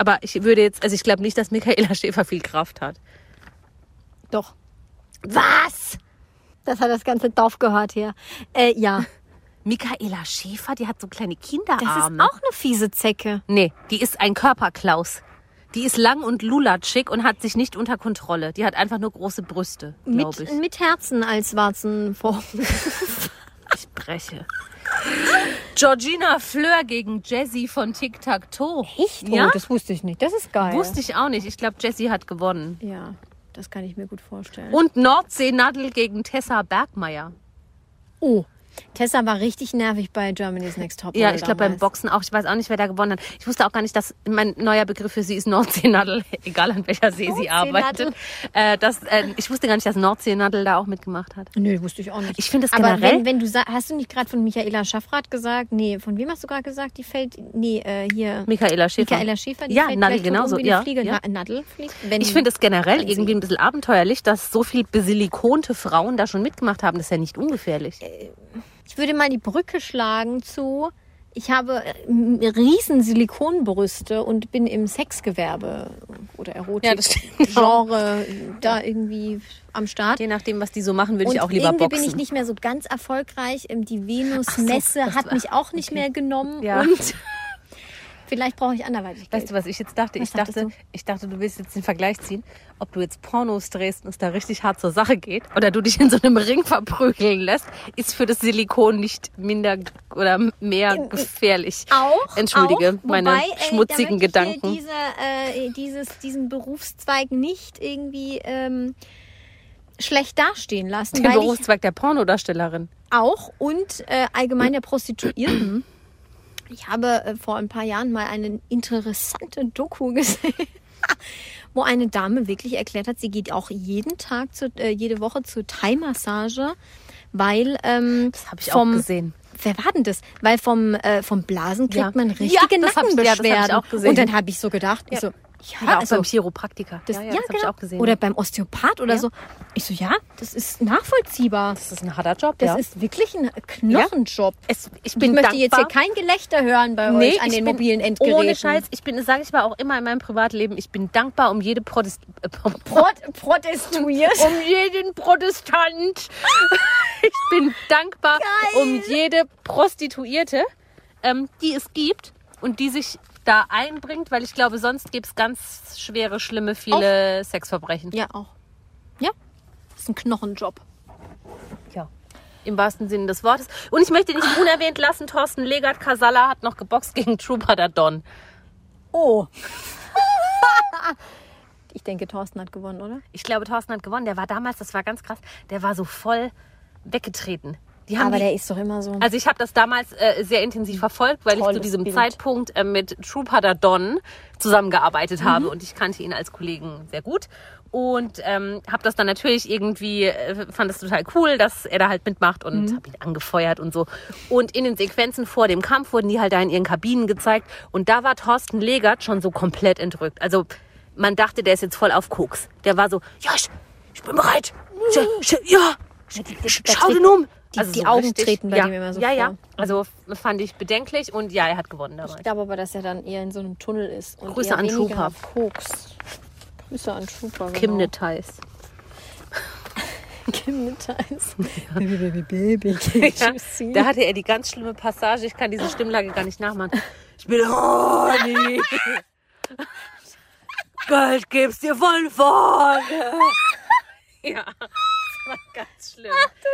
Speaker 2: Aber ich würde jetzt, also ich glaube nicht, dass Michaela Schäfer viel Kraft hat.
Speaker 3: Doch. Was? Das hat das ganze Dorf gehört hier. Äh, ja.
Speaker 2: Michaela Schäfer, die hat so kleine Kinderarme.
Speaker 3: Das ist auch eine fiese Zecke.
Speaker 2: Nee, die ist ein Körperklaus. Die ist lang und lulatschig und hat sich nicht unter Kontrolle. Die hat einfach nur große Brüste, glaube
Speaker 3: Mit,
Speaker 2: ich.
Speaker 3: mit Herzen als Warzenform.
Speaker 2: Ich breche. Georgina Fleur gegen Jessie von Tic Tac Toe. Ja?
Speaker 3: das wusste ich nicht. Das ist geil.
Speaker 2: Wusste ich auch nicht. Ich glaube, Jessie hat gewonnen.
Speaker 3: Ja, das kann ich mir gut vorstellen.
Speaker 2: Und Nordseenadel gegen Tessa Bergmeier.
Speaker 3: oh, Tessa war richtig nervig bei Germany's Next Top.
Speaker 2: Ja, ich glaube beim Boxen auch. Ich weiß auch nicht, wer da gewonnen hat. Ich wusste auch gar nicht, dass mein neuer Begriff für sie ist Nordseenadel, egal an welcher See sie
Speaker 3: Nordseenadel.
Speaker 2: arbeitet. Äh, das, äh, ich wusste gar nicht, dass Nordseenadel da auch mitgemacht hat.
Speaker 3: Nö, wusste ich auch nicht.
Speaker 2: Ich finde das
Speaker 3: Aber
Speaker 2: generell-
Speaker 3: wenn, wenn du sa- hast du nicht gerade von Michaela Schaffrath gesagt? Nee, von wem hast du gerade gesagt? Die fällt nee, äh, hier
Speaker 2: Michaela Schäfer.
Speaker 3: Michaela Schäfer, die
Speaker 2: ja,
Speaker 3: fällt
Speaker 2: Nadel
Speaker 3: gleich tot
Speaker 2: genauso.
Speaker 3: um wie eine
Speaker 2: ja,
Speaker 3: Fliege.
Speaker 2: ja.
Speaker 3: Na, Nadel fliegt. Wenn
Speaker 2: Ich finde es generell
Speaker 3: Kann sie.
Speaker 2: irgendwie ein bisschen abenteuerlich, dass so viel besilikonte Frauen da schon mitgemacht haben. Das ist ja nicht ungefährlich.
Speaker 3: ich würde mal die Brücke schlagen zu ich habe äh, m- riesen Silikonbrüste und bin im Sexgewerbe oder Erotik
Speaker 2: Ja, das stimmt.
Speaker 3: Genre da irgendwie am Start.
Speaker 2: Je nachdem, was die so machen, würde
Speaker 3: Und
Speaker 2: ich auch lieber
Speaker 3: irgendwie
Speaker 2: boxen.
Speaker 3: bin ich nicht mehr so ganz erfolgreich. Ähm, Die
Speaker 2: so,
Speaker 3: Venus-Messe
Speaker 2: das
Speaker 3: hat
Speaker 2: war-
Speaker 3: mich auch nicht mehr genommen.
Speaker 2: ja.
Speaker 3: Und vielleicht brauche ich anderweitig Geld.
Speaker 2: Weißt du, was ich jetzt dachte?
Speaker 3: Was
Speaker 2: ich dachte,
Speaker 3: dachtest
Speaker 2: ich dachte, du willst jetzt den Vergleich ziehen, ob du jetzt Pornos drehst und es da richtig hart zur Sache geht oder du dich in so einem Ring verprügeln lässt, ist für das Silikon nicht minder g- oder mehr gefährlich.
Speaker 3: auch,
Speaker 2: Entschuldige
Speaker 3: auch,
Speaker 2: meine
Speaker 3: wobei, äh,
Speaker 2: schmutzigen
Speaker 3: da möchte
Speaker 2: Gedanken.
Speaker 3: Ich hier diese, äh, dieses, diesen Berufszweig nicht irgendwie ähm, schlecht dastehen lassen,
Speaker 2: Den
Speaker 3: weil ich
Speaker 2: Berufszweig der Pornodarstellerin.
Speaker 3: auch und äh, allgemein der Prostituierten. Ich habe äh, vor ein paar Jahren mal eine interessante Doku gesehen, wo eine Dame wirklich erklärt hat, sie geht auch jeden Tag, zu, äh, jede Woche zur Thai-Massage, weil ähm,
Speaker 2: Das habe ich
Speaker 3: vom,
Speaker 2: auch gesehen.
Speaker 3: Wer war denn das? Weil vom, äh, vom Blasen kriegt
Speaker 2: Ja.
Speaker 3: man
Speaker 2: Ja,
Speaker 3: richtige
Speaker 2: das hab ich- ja, das hab ich
Speaker 3: Nackenbeschwerden.
Speaker 2: auch gesehen.
Speaker 3: Und dann habe ich so gedacht, ich so, Ja,
Speaker 2: Die war auch
Speaker 3: also-
Speaker 2: beim Chiropraktiker.
Speaker 3: Das, genau.
Speaker 2: ja, ja, das hab ich auch gesehen.
Speaker 3: Oder beim Osteopath oder
Speaker 2: Ja.
Speaker 3: so. Ich so, ja, das ist nachvollziehbar.
Speaker 2: das ist ein harter Job,
Speaker 3: Das
Speaker 2: ja.
Speaker 3: ist wirklich ein Knochenjob.
Speaker 2: es, ich
Speaker 3: Ich
Speaker 2: bin
Speaker 3: möchte
Speaker 2: dankbar.
Speaker 3: jetzt hier kein Gelächter hören bei euch an
Speaker 2: ich
Speaker 3: den
Speaker 2: bin-
Speaker 3: mobilen Endgeräten.
Speaker 2: Ohne Scheiß, ich bin, sage ich mal auch immer in meinem Privatleben, ich bin dankbar um jede Protest, äh, Pro-
Speaker 3: Prot protestuiert.
Speaker 2: um jeden Protestant. Ich bin dankbar um jede Prostituierte, ähm, die es gibt und die sich da einbringt, weil ich glaube, sonst gäbe es ganz schwere, schlimme, viele Sexverbrechen.
Speaker 3: Ja, auch. Ja, das ist ein Knochenjob.
Speaker 2: Ja. Im wahrsten Sinne des Wortes. Und ich möchte nicht unerwähnt lassen, Thorsten Legert Kasala hat noch geboxt gegen Trooper Don.
Speaker 3: Oh. ich denke, Thorsten hat gewonnen, oder?
Speaker 2: Ich glaube, Thorsten hat gewonnen. Der war damals, das war ganz krass, der war so voll weggetreten. Die haben
Speaker 3: Aber
Speaker 2: die,
Speaker 3: der ist doch immer so.
Speaker 2: also ich habe das damals äh, sehr intensiv verfolgt, weil ich zu
Speaker 3: Tolles
Speaker 2: diesem
Speaker 3: Bild.
Speaker 2: Zeitpunkt äh, mit Trooper Don zusammengearbeitet
Speaker 3: Mhm.
Speaker 2: habe und ich kannte ihn als Kollegen sehr gut und ähm, habe das dann natürlich irgendwie äh, fand das total cool, dass er da halt mitmacht
Speaker 3: Mhm.
Speaker 2: und hab habe ihn angefeuert und so. Und in den Sequenzen vor dem Kampf wurden die halt da in ihren Kabinen gezeigt und da war Thorsten Legert schon so komplett entrückt. Also man dachte, der ist jetzt voll auf Koks. Der war so, ja, ich, ich bin bereit. Ja, ja sch-
Speaker 3: Da
Speaker 2: schau
Speaker 3: treten-
Speaker 2: den um.
Speaker 3: die- die Augen treten bei
Speaker 2: ja.
Speaker 3: dem immer so
Speaker 2: Ja, ja.
Speaker 3: vor.
Speaker 2: Also f- fand ich bedenklich und ja, er hat gewonnen damals.
Speaker 3: ich glaube aber, dass er dann eher in so einem Tunnel ist. Und
Speaker 2: Grüße
Speaker 3: eher
Speaker 2: an
Speaker 3: weniger
Speaker 2: Trooper.
Speaker 3: auf Koks. Grüße an Trooper.
Speaker 2: Kim ne
Speaker 3: genau.
Speaker 2: Details.
Speaker 3: Kim Nitters. Baby, baby, baby. Can't
Speaker 2: Ja,
Speaker 3: you see?
Speaker 2: da hatte er die ganz schlimme Passage. Ich kann diese Stimmlage gar nicht nachmachen. Ich bin horny. Geld gibst dir von vorne. ja, das war ganz schlimm.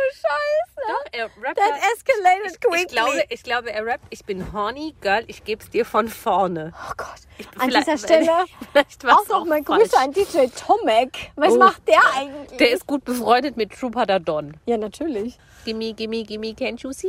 Speaker 3: Scheiße.
Speaker 2: Doch, er rappt.
Speaker 3: That escalated quickly.
Speaker 2: Ich glaube, ich glaube, er rappt, ich bin horny, Girl, ich geb's dir von vorne.
Speaker 3: oh Gott. An
Speaker 2: Vielleicht-
Speaker 3: dieser Stelle
Speaker 2: vielleicht war's
Speaker 3: auch nochmal
Speaker 2: falsch.
Speaker 3: Grüße an DJ Tomek. Was
Speaker 2: Oh.
Speaker 3: macht der eigentlich?
Speaker 2: Der ist gut befreundet mit Trooper Don.
Speaker 3: ja, natürlich.
Speaker 2: Gimme, gimme, gimme, can't you see?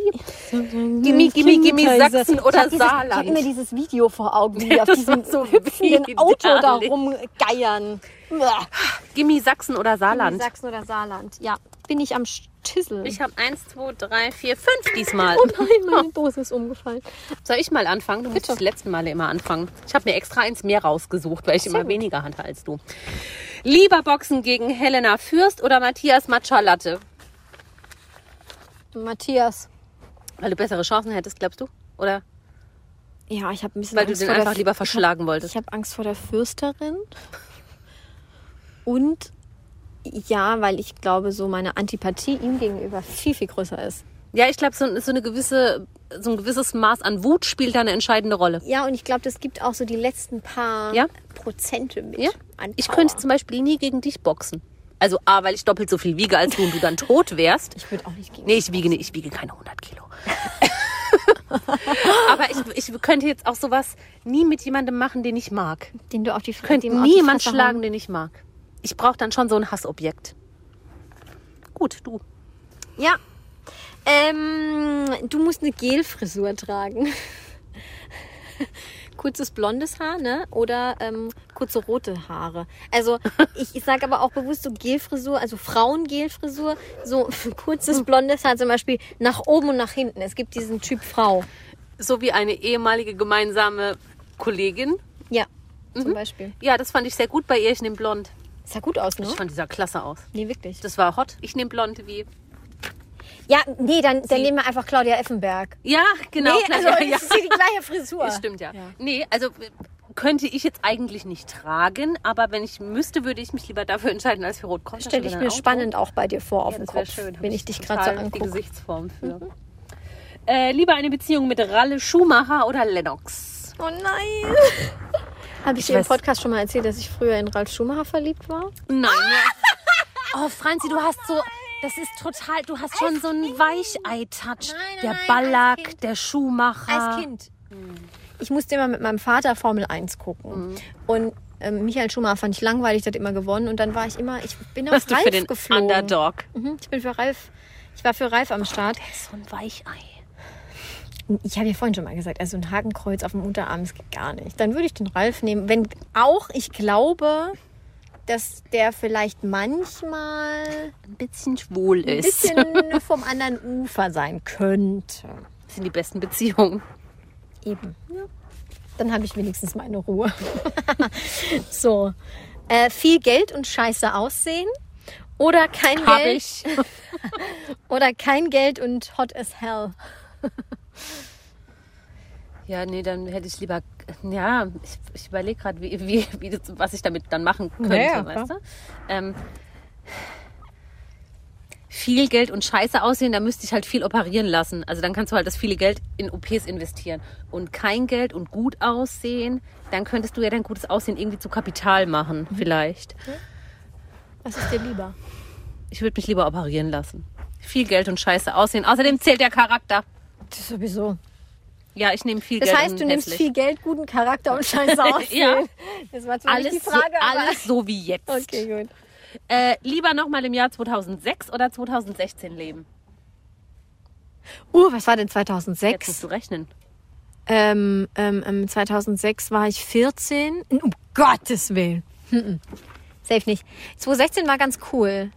Speaker 2: Gimme, gimme, gimme, Sachsen
Speaker 3: Ich
Speaker 2: oder
Speaker 3: hab dieses, Ich habe immer
Speaker 2: Saarland.
Speaker 3: dieses Video vor Augen, wie die auf diesem
Speaker 2: so
Speaker 3: hüpfenden Auto da
Speaker 2: widerlich.
Speaker 3: rumgeiern. Uah.
Speaker 2: Gimme Sachsen oder Saarland.
Speaker 3: Sachsen oder Saarland. Ja, bin ich am Stissel.
Speaker 2: Ich habe eins, zwei, drei, vier, fünf diesmal.
Speaker 3: oh nein, meine Dose ist umgefallen.
Speaker 2: Soll ich mal anfangen? Du musst
Speaker 3: Bitte.
Speaker 2: das letzte Male immer anfangen. Ich habe mir extra eins mehr rausgesucht, weil ich immer
Speaker 3: gut.
Speaker 2: weniger hatte als du. Lieber Boxen gegen Helena Fürst oder Matthias Matschalatte?
Speaker 3: Matthias.
Speaker 2: Weil du bessere Chancen hättest, glaubst du? Oder
Speaker 3: Ja, ich habe ein bisschen
Speaker 2: weil du
Speaker 3: Angst
Speaker 2: den
Speaker 3: vor der
Speaker 2: einfach
Speaker 3: F-
Speaker 2: lieber verschlagen wolltest?
Speaker 3: Ich habe Angst vor der Fürsterin. Und ja, weil ich glaube, so meine Antipathie ihm gegenüber viel, viel größer ist.
Speaker 2: Ja, ich glaube, so, so eine gewisse, so ein gewisses Maß an Wut spielt da eine entscheidende Rolle.
Speaker 3: Ja, und ich glaube, das gibt auch so die letzten paar
Speaker 2: Ja.
Speaker 3: Prozente mit.
Speaker 2: Ja?
Speaker 3: an
Speaker 2: Ich
Speaker 3: Power.
Speaker 2: könnte zum Beispiel nie gegen dich boxen. Also A, weil ich doppelt so viel wiege als du und du dann tot wärst.
Speaker 3: Ich würde auch nicht gegen.
Speaker 2: Nee, ich wiege, nicht, ich wiege keine 100 Kilo. Aber ich, ich könnte jetzt auch sowas nie mit jemandem machen, den ich mag.
Speaker 3: Den du auf die Fresse.
Speaker 2: Könnte
Speaker 3: dem du auf die
Speaker 2: niemand
Speaker 3: Fresse
Speaker 2: schlagen,
Speaker 3: hauen.
Speaker 2: den ich mag. Ich brauche dann schon so ein Hassobjekt. Gut, du.
Speaker 3: Ja. Ähm, du musst eine Gelfrisur tragen. Kurzes blondes Haar, ne? Oder ähm, kurze rote Haare. Also ich, ich sage aber auch bewusst so Gelfrisur, also Frauengelfrisur, so kurzes blondes Haar zum Beispiel nach oben und nach hinten. Es gibt diesen Typ Frau.
Speaker 2: So wie eine ehemalige gemeinsame Kollegin.
Speaker 3: Ja,
Speaker 2: Mhm.
Speaker 3: zum Beispiel.
Speaker 2: Ja, das fand ich sehr gut bei ihr. Ich nehme blond.
Speaker 3: Sah gut aus, ne?
Speaker 2: Ich fand dieser klasse aus.
Speaker 3: Nee, wirklich.
Speaker 2: Das war hot. Ich nehme blond wie.
Speaker 3: Ja, nee, dann, dann nehmen wir einfach Claudia Effenberg.
Speaker 2: Ja, genau.
Speaker 3: nee,
Speaker 2: Gleich-
Speaker 3: also
Speaker 2: ja,
Speaker 3: das ist hier die gleiche Frisur.
Speaker 2: ja. Stimmt ja. Nee, also äh, könnte ich jetzt eigentlich nicht tragen, aber wenn ich müsste, würde ich mich lieber dafür entscheiden als für rot Kommt da
Speaker 3: Stelle
Speaker 2: schon
Speaker 3: ich
Speaker 2: wieder
Speaker 3: mir
Speaker 2: ein Auto?
Speaker 3: spannend auch bei dir vor auf
Speaker 2: Ja,
Speaker 3: dem
Speaker 2: das wäre
Speaker 3: Kopf,
Speaker 2: schön. Hab
Speaker 3: wenn ich dich gerade so
Speaker 2: total die
Speaker 3: angucke.
Speaker 2: Gesichtsform für. Äh, lieber eine Beziehung mit Ralle Schumacher oder Lennox?
Speaker 3: Oh nein! Habe ich,
Speaker 2: Ich
Speaker 3: dir im
Speaker 2: weiß-
Speaker 3: Podcast schon mal erzählt, dass ich früher in Ralf Schumacher verliebt war?
Speaker 2: Nein. Oh, Franzi, du hast so. Das ist total. Du hast schon so einen Weichei-Touch.
Speaker 3: Nein, nein,
Speaker 2: Der
Speaker 3: nein, als
Speaker 2: Ballack,
Speaker 3: Kind.
Speaker 2: der Schumacher.
Speaker 3: Kind. Ich musste immer mit meinem Vater Formel 1 gucken. Und ähm, Michael Schumacher fand ich langweilig, der hat immer gewonnen. Und dann war ich immer, ich bin auf
Speaker 2: Was du
Speaker 3: Ralf
Speaker 2: für den
Speaker 3: geflogen.
Speaker 2: Underdog.
Speaker 3: Mhm, ich bin für Ralf. Ich war für Ralf am Start.
Speaker 2: So ein Weichei.
Speaker 3: Ich habe ja vorhin schon mal gesagt, also ein Hakenkreuz auf dem Unterarm, das geht gar nicht. Dann würde ich den Ralf nehmen. Wenn auch ich glaube, dass der vielleicht manchmal
Speaker 2: Ein bisschen schwul
Speaker 3: ein
Speaker 2: ist.
Speaker 3: bisschen vom anderen Ufer sein könnte.
Speaker 2: Das sind die besten Beziehungen.
Speaker 3: Eben.
Speaker 4: Dann habe ich wenigstens meine Ruhe. so. Äh, viel Geld und scheiße aussehen. Oder kein
Speaker 2: Hab
Speaker 4: Geld.
Speaker 2: ich.
Speaker 4: Oder kein Geld und hot as hell.
Speaker 2: Ja, nee, dann hätte ich lieber. Ja, ich, ich überlege gerade, wie, wie, wie das, was ich damit dann machen könnte,
Speaker 4: Ja, ja,
Speaker 2: weißt du? Ähm, viel Geld und Scheiße aussehen, da müsste ich halt viel operieren lassen. Also dann kannst du halt das viele Geld in OPs investieren. Und kein Geld und gut aussehen, dann könntest du ja dein gutes Aussehen irgendwie zu Kapital machen,
Speaker 4: Mhm.
Speaker 2: vielleicht.
Speaker 4: Was ist dir lieber?
Speaker 2: Ich würde mich lieber operieren lassen. Viel Geld und Scheiße aussehen. Außerdem zählt der Charakter.
Speaker 4: Das sowieso.
Speaker 2: Ja, ich nehme viel
Speaker 4: Das
Speaker 2: Geld.
Speaker 4: heißt,
Speaker 2: und
Speaker 4: du nimmst
Speaker 2: hässlich.
Speaker 4: viel Geld, guten Charakter und scheiße aussehen.
Speaker 2: Ja.
Speaker 4: Das war zwar
Speaker 2: alles,
Speaker 4: nicht die Frage,
Speaker 2: so,
Speaker 4: aber...
Speaker 2: alles so wie jetzt.
Speaker 4: Okay, gut.
Speaker 2: Äh, lieber nochmal im Jahr 2006 oder 2016 leben?
Speaker 4: Uh, was war denn
Speaker 2: Jetzt musst
Speaker 4: 2006?
Speaker 2: du rechnen.
Speaker 4: Ähm, ähm, ähm, 2006 war ich 14. Um Gottes Willen. Mhm. Safe nicht. 2016 war ganz cool.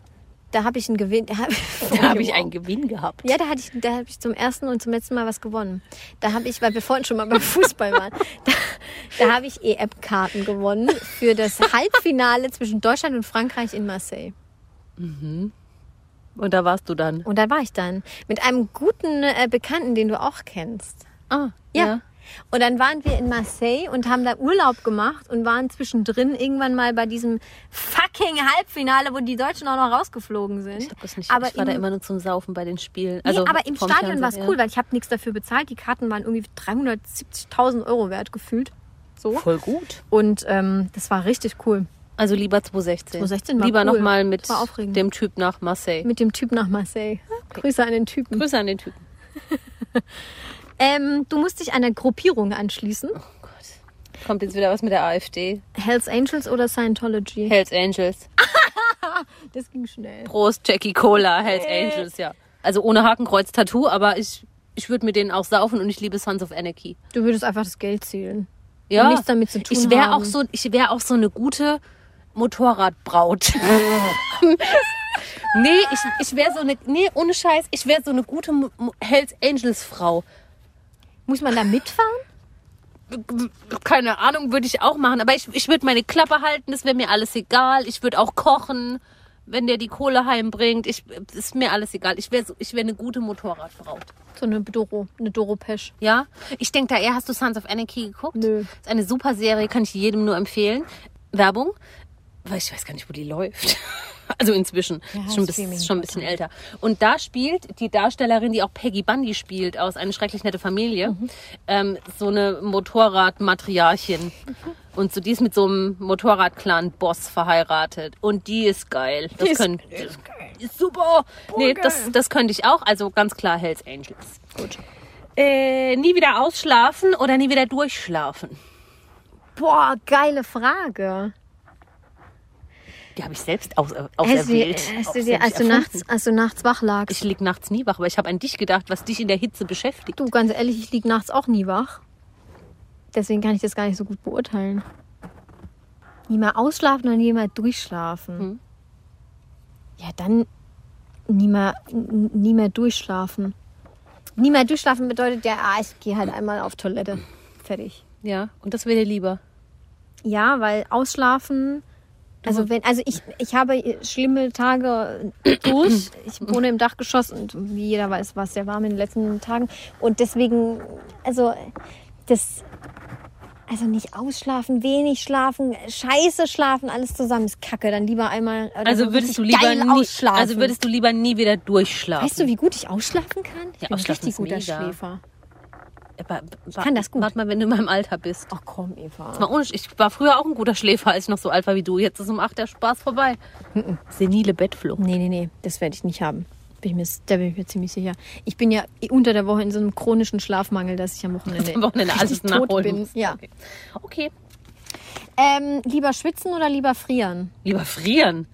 Speaker 4: Da habe ich einen Gewinn. Da habe
Speaker 2: Da habe ich einen Gewinn gehabt.
Speaker 4: Ja, da hatte ich, da habe ich zum ersten und zum letzten Mal was gewonnen. Da habe ich, weil wir vorhin schon mal beim Fußball waren, da, da habe ich EM-Karten gewonnen für das Halbfinale zwischen Deutschland und Frankreich in Marseille.
Speaker 2: Und da warst du dann.
Speaker 4: Und da war ich dann mit einem guten äh, Bekannten, den du auch kennst.
Speaker 2: Ah,
Speaker 4: Ja. Und dann waren wir in Marseille und haben da Urlaub gemacht und waren zwischendrin irgendwann mal bei diesem fucking Halbfinale, wo die Deutschen auch noch rausgeflogen sind.
Speaker 2: Ich, hab das nicht,
Speaker 4: aber
Speaker 2: ich war da
Speaker 4: im-
Speaker 2: immer nur zum Saufen bei den Spielen.
Speaker 4: Nee,
Speaker 2: Also
Speaker 4: aber im
Speaker 2: vom
Speaker 4: Stadion war es
Speaker 2: Fernseher,
Speaker 4: cool, weil ich habe nichts dafür bezahlt. Die Karten waren irgendwie 370.000 Euro wert gefühlt. So.
Speaker 2: Ja. Voll gut.
Speaker 4: Und ähm, das war richtig cool.
Speaker 2: Also lieber 2016.
Speaker 4: 2016 war
Speaker 2: lieber
Speaker 4: cool.
Speaker 2: nochmal mit
Speaker 4: Das war aufregend.
Speaker 2: dem Typ nach Marseille.
Speaker 4: Mit dem Typ nach Marseille.
Speaker 2: Ah,
Speaker 4: Grüße an den Typen.
Speaker 2: Grüße an den Typen.
Speaker 4: Ähm, du musst dich einer Gruppierung anschließen.
Speaker 2: Oh Gott. Kommt jetzt wieder was mit der AfD.
Speaker 4: Hells Angels oder Scientology?
Speaker 2: Hells Angels.
Speaker 4: Das ging schnell.
Speaker 2: Prost, Jackie Cola, Hells
Speaker 4: Äh.
Speaker 2: Angels, ja. Also ohne Hakenkreuz-Tattoo, aber ich, ich würde mit denen auch saufen und ich liebe Sons of Anarchy.
Speaker 4: Du würdest einfach das Geld zählen.
Speaker 2: ja.
Speaker 4: nichts damit zu tun
Speaker 2: ich wäre
Speaker 4: haben.
Speaker 2: Auch so, ich wäre auch so eine gute Motorradbraut. nee, ich, ich wäre so eine, nee, ohne Scheiß, ich wäre so eine gute Mo- Mo- Hells Angels Frau.
Speaker 4: Muss man da mitfahren?
Speaker 2: Keine Ahnung, würde ich auch machen, aber ich, ich würde meine Klappe halten, das wäre mir alles egal. Ich würde auch kochen, wenn der die Kohle heimbringt. Ich, ist mir alles egal. Ich wäre so, ich wäre eine gute Motorradbraut.
Speaker 4: So eine Doro, eine Doro Pesch.
Speaker 2: Ja, ich denke da eher, hast du Sons of Anarchy geguckt?
Speaker 4: Nö.
Speaker 2: Ist eine super Serie, kann ich jedem nur empfehlen. Werbung, weil ich weiß gar nicht, wo die läuft. Also inzwischen,
Speaker 4: Ja,
Speaker 2: ist schon, bis,
Speaker 4: Streaming-
Speaker 2: ist schon ein bisschen älter. Und da spielt die Darstellerin, die auch Peggy Bundy spielt, aus Eine schrecklich nette Familie,
Speaker 4: Mhm.
Speaker 2: ähm, so eine Motorradmatriarchin. Und so, die ist mit so einem Motorradclan-Boss verheiratet. Und die ist geil. Das
Speaker 4: Die ist-
Speaker 2: können, ist super. nee, das, das könnte ich auch. Also ganz klar Hells Angels. Äh, nie wieder ausschlafen oder nie wieder durchschlafen?
Speaker 4: Boah, geile Frage.
Speaker 2: Die habe ich selbst aus, äh,
Speaker 4: Hast du,
Speaker 2: auserwählt.
Speaker 4: hast du
Speaker 2: Auch
Speaker 4: dir,
Speaker 2: selbst
Speaker 4: als du,
Speaker 2: erfunden.
Speaker 4: nachts, als du nachts wach lagst?
Speaker 2: Ich lieg nachts nie wach, aber ich habe an dich gedacht, was dich in der Hitze beschäftigt.
Speaker 4: Du, ganz ehrlich, ich liege nachts auch nie wach. Deswegen kann ich das gar nicht so gut beurteilen. Nie mal ausschlafen und nie mal durchschlafen. Ja, dann nie mal, n- nie mehr durchschlafen. Nie mehr durchschlafen bedeutet ja, ah, ich gehe halt einmal auf Toilette. Fertig.
Speaker 2: Ja, und das wäre dir lieber.
Speaker 4: Ja, weil ausschlafen. Also wenn, also ich, ich habe schlimme Tage äh, durch. Ich wohne im Dachgeschoss und wie jeder weiß, war es sehr warm in den letzten Tagen. Und deswegen, also das, also nicht ausschlafen, wenig schlafen, scheiße schlafen, alles zusammen ist Kacke. Dann lieber einmal. oder
Speaker 2: Also
Speaker 4: so
Speaker 2: würdest du
Speaker 4: richtig
Speaker 2: lieber
Speaker 4: geil
Speaker 2: nie,
Speaker 4: ausschlafen.
Speaker 2: also würdest du lieber nie wieder durchschlafen.
Speaker 4: weißt du, wie gut ich ausschlafen kann? Ich
Speaker 2: Ja,
Speaker 4: bin ein
Speaker 2: ausschlafen
Speaker 4: richtig
Speaker 2: ist
Speaker 4: guter
Speaker 2: mega.
Speaker 4: Schläfer.
Speaker 2: Aber-
Speaker 4: kann das gut.
Speaker 2: Äh, Warte mal, wenn du in meinem Alter bist.
Speaker 4: Ach komm, Eva.
Speaker 2: Mal ohne, Sch- ich war früher auch ein guter Schläfer, als ich noch so alt war wie du. Jetzt ist um 8 der Spaß vorbei. Senile Bettflucht.
Speaker 4: Nee, nee, nee, das werde ich nicht haben. Bin ich mir, da bin ich mir ziemlich sicher. Ich bin ja unter der Woche in so einem chronischen Schlafmangel, dass ich am Wochenende,
Speaker 2: Am Wochenende alles
Speaker 4: richtig tot
Speaker 2: nachholen
Speaker 4: bin.
Speaker 2: musst.
Speaker 4: Ja.
Speaker 2: Okay.
Speaker 4: Ähm, lieber schwitzen oder lieber frieren?
Speaker 2: Lieber frieren.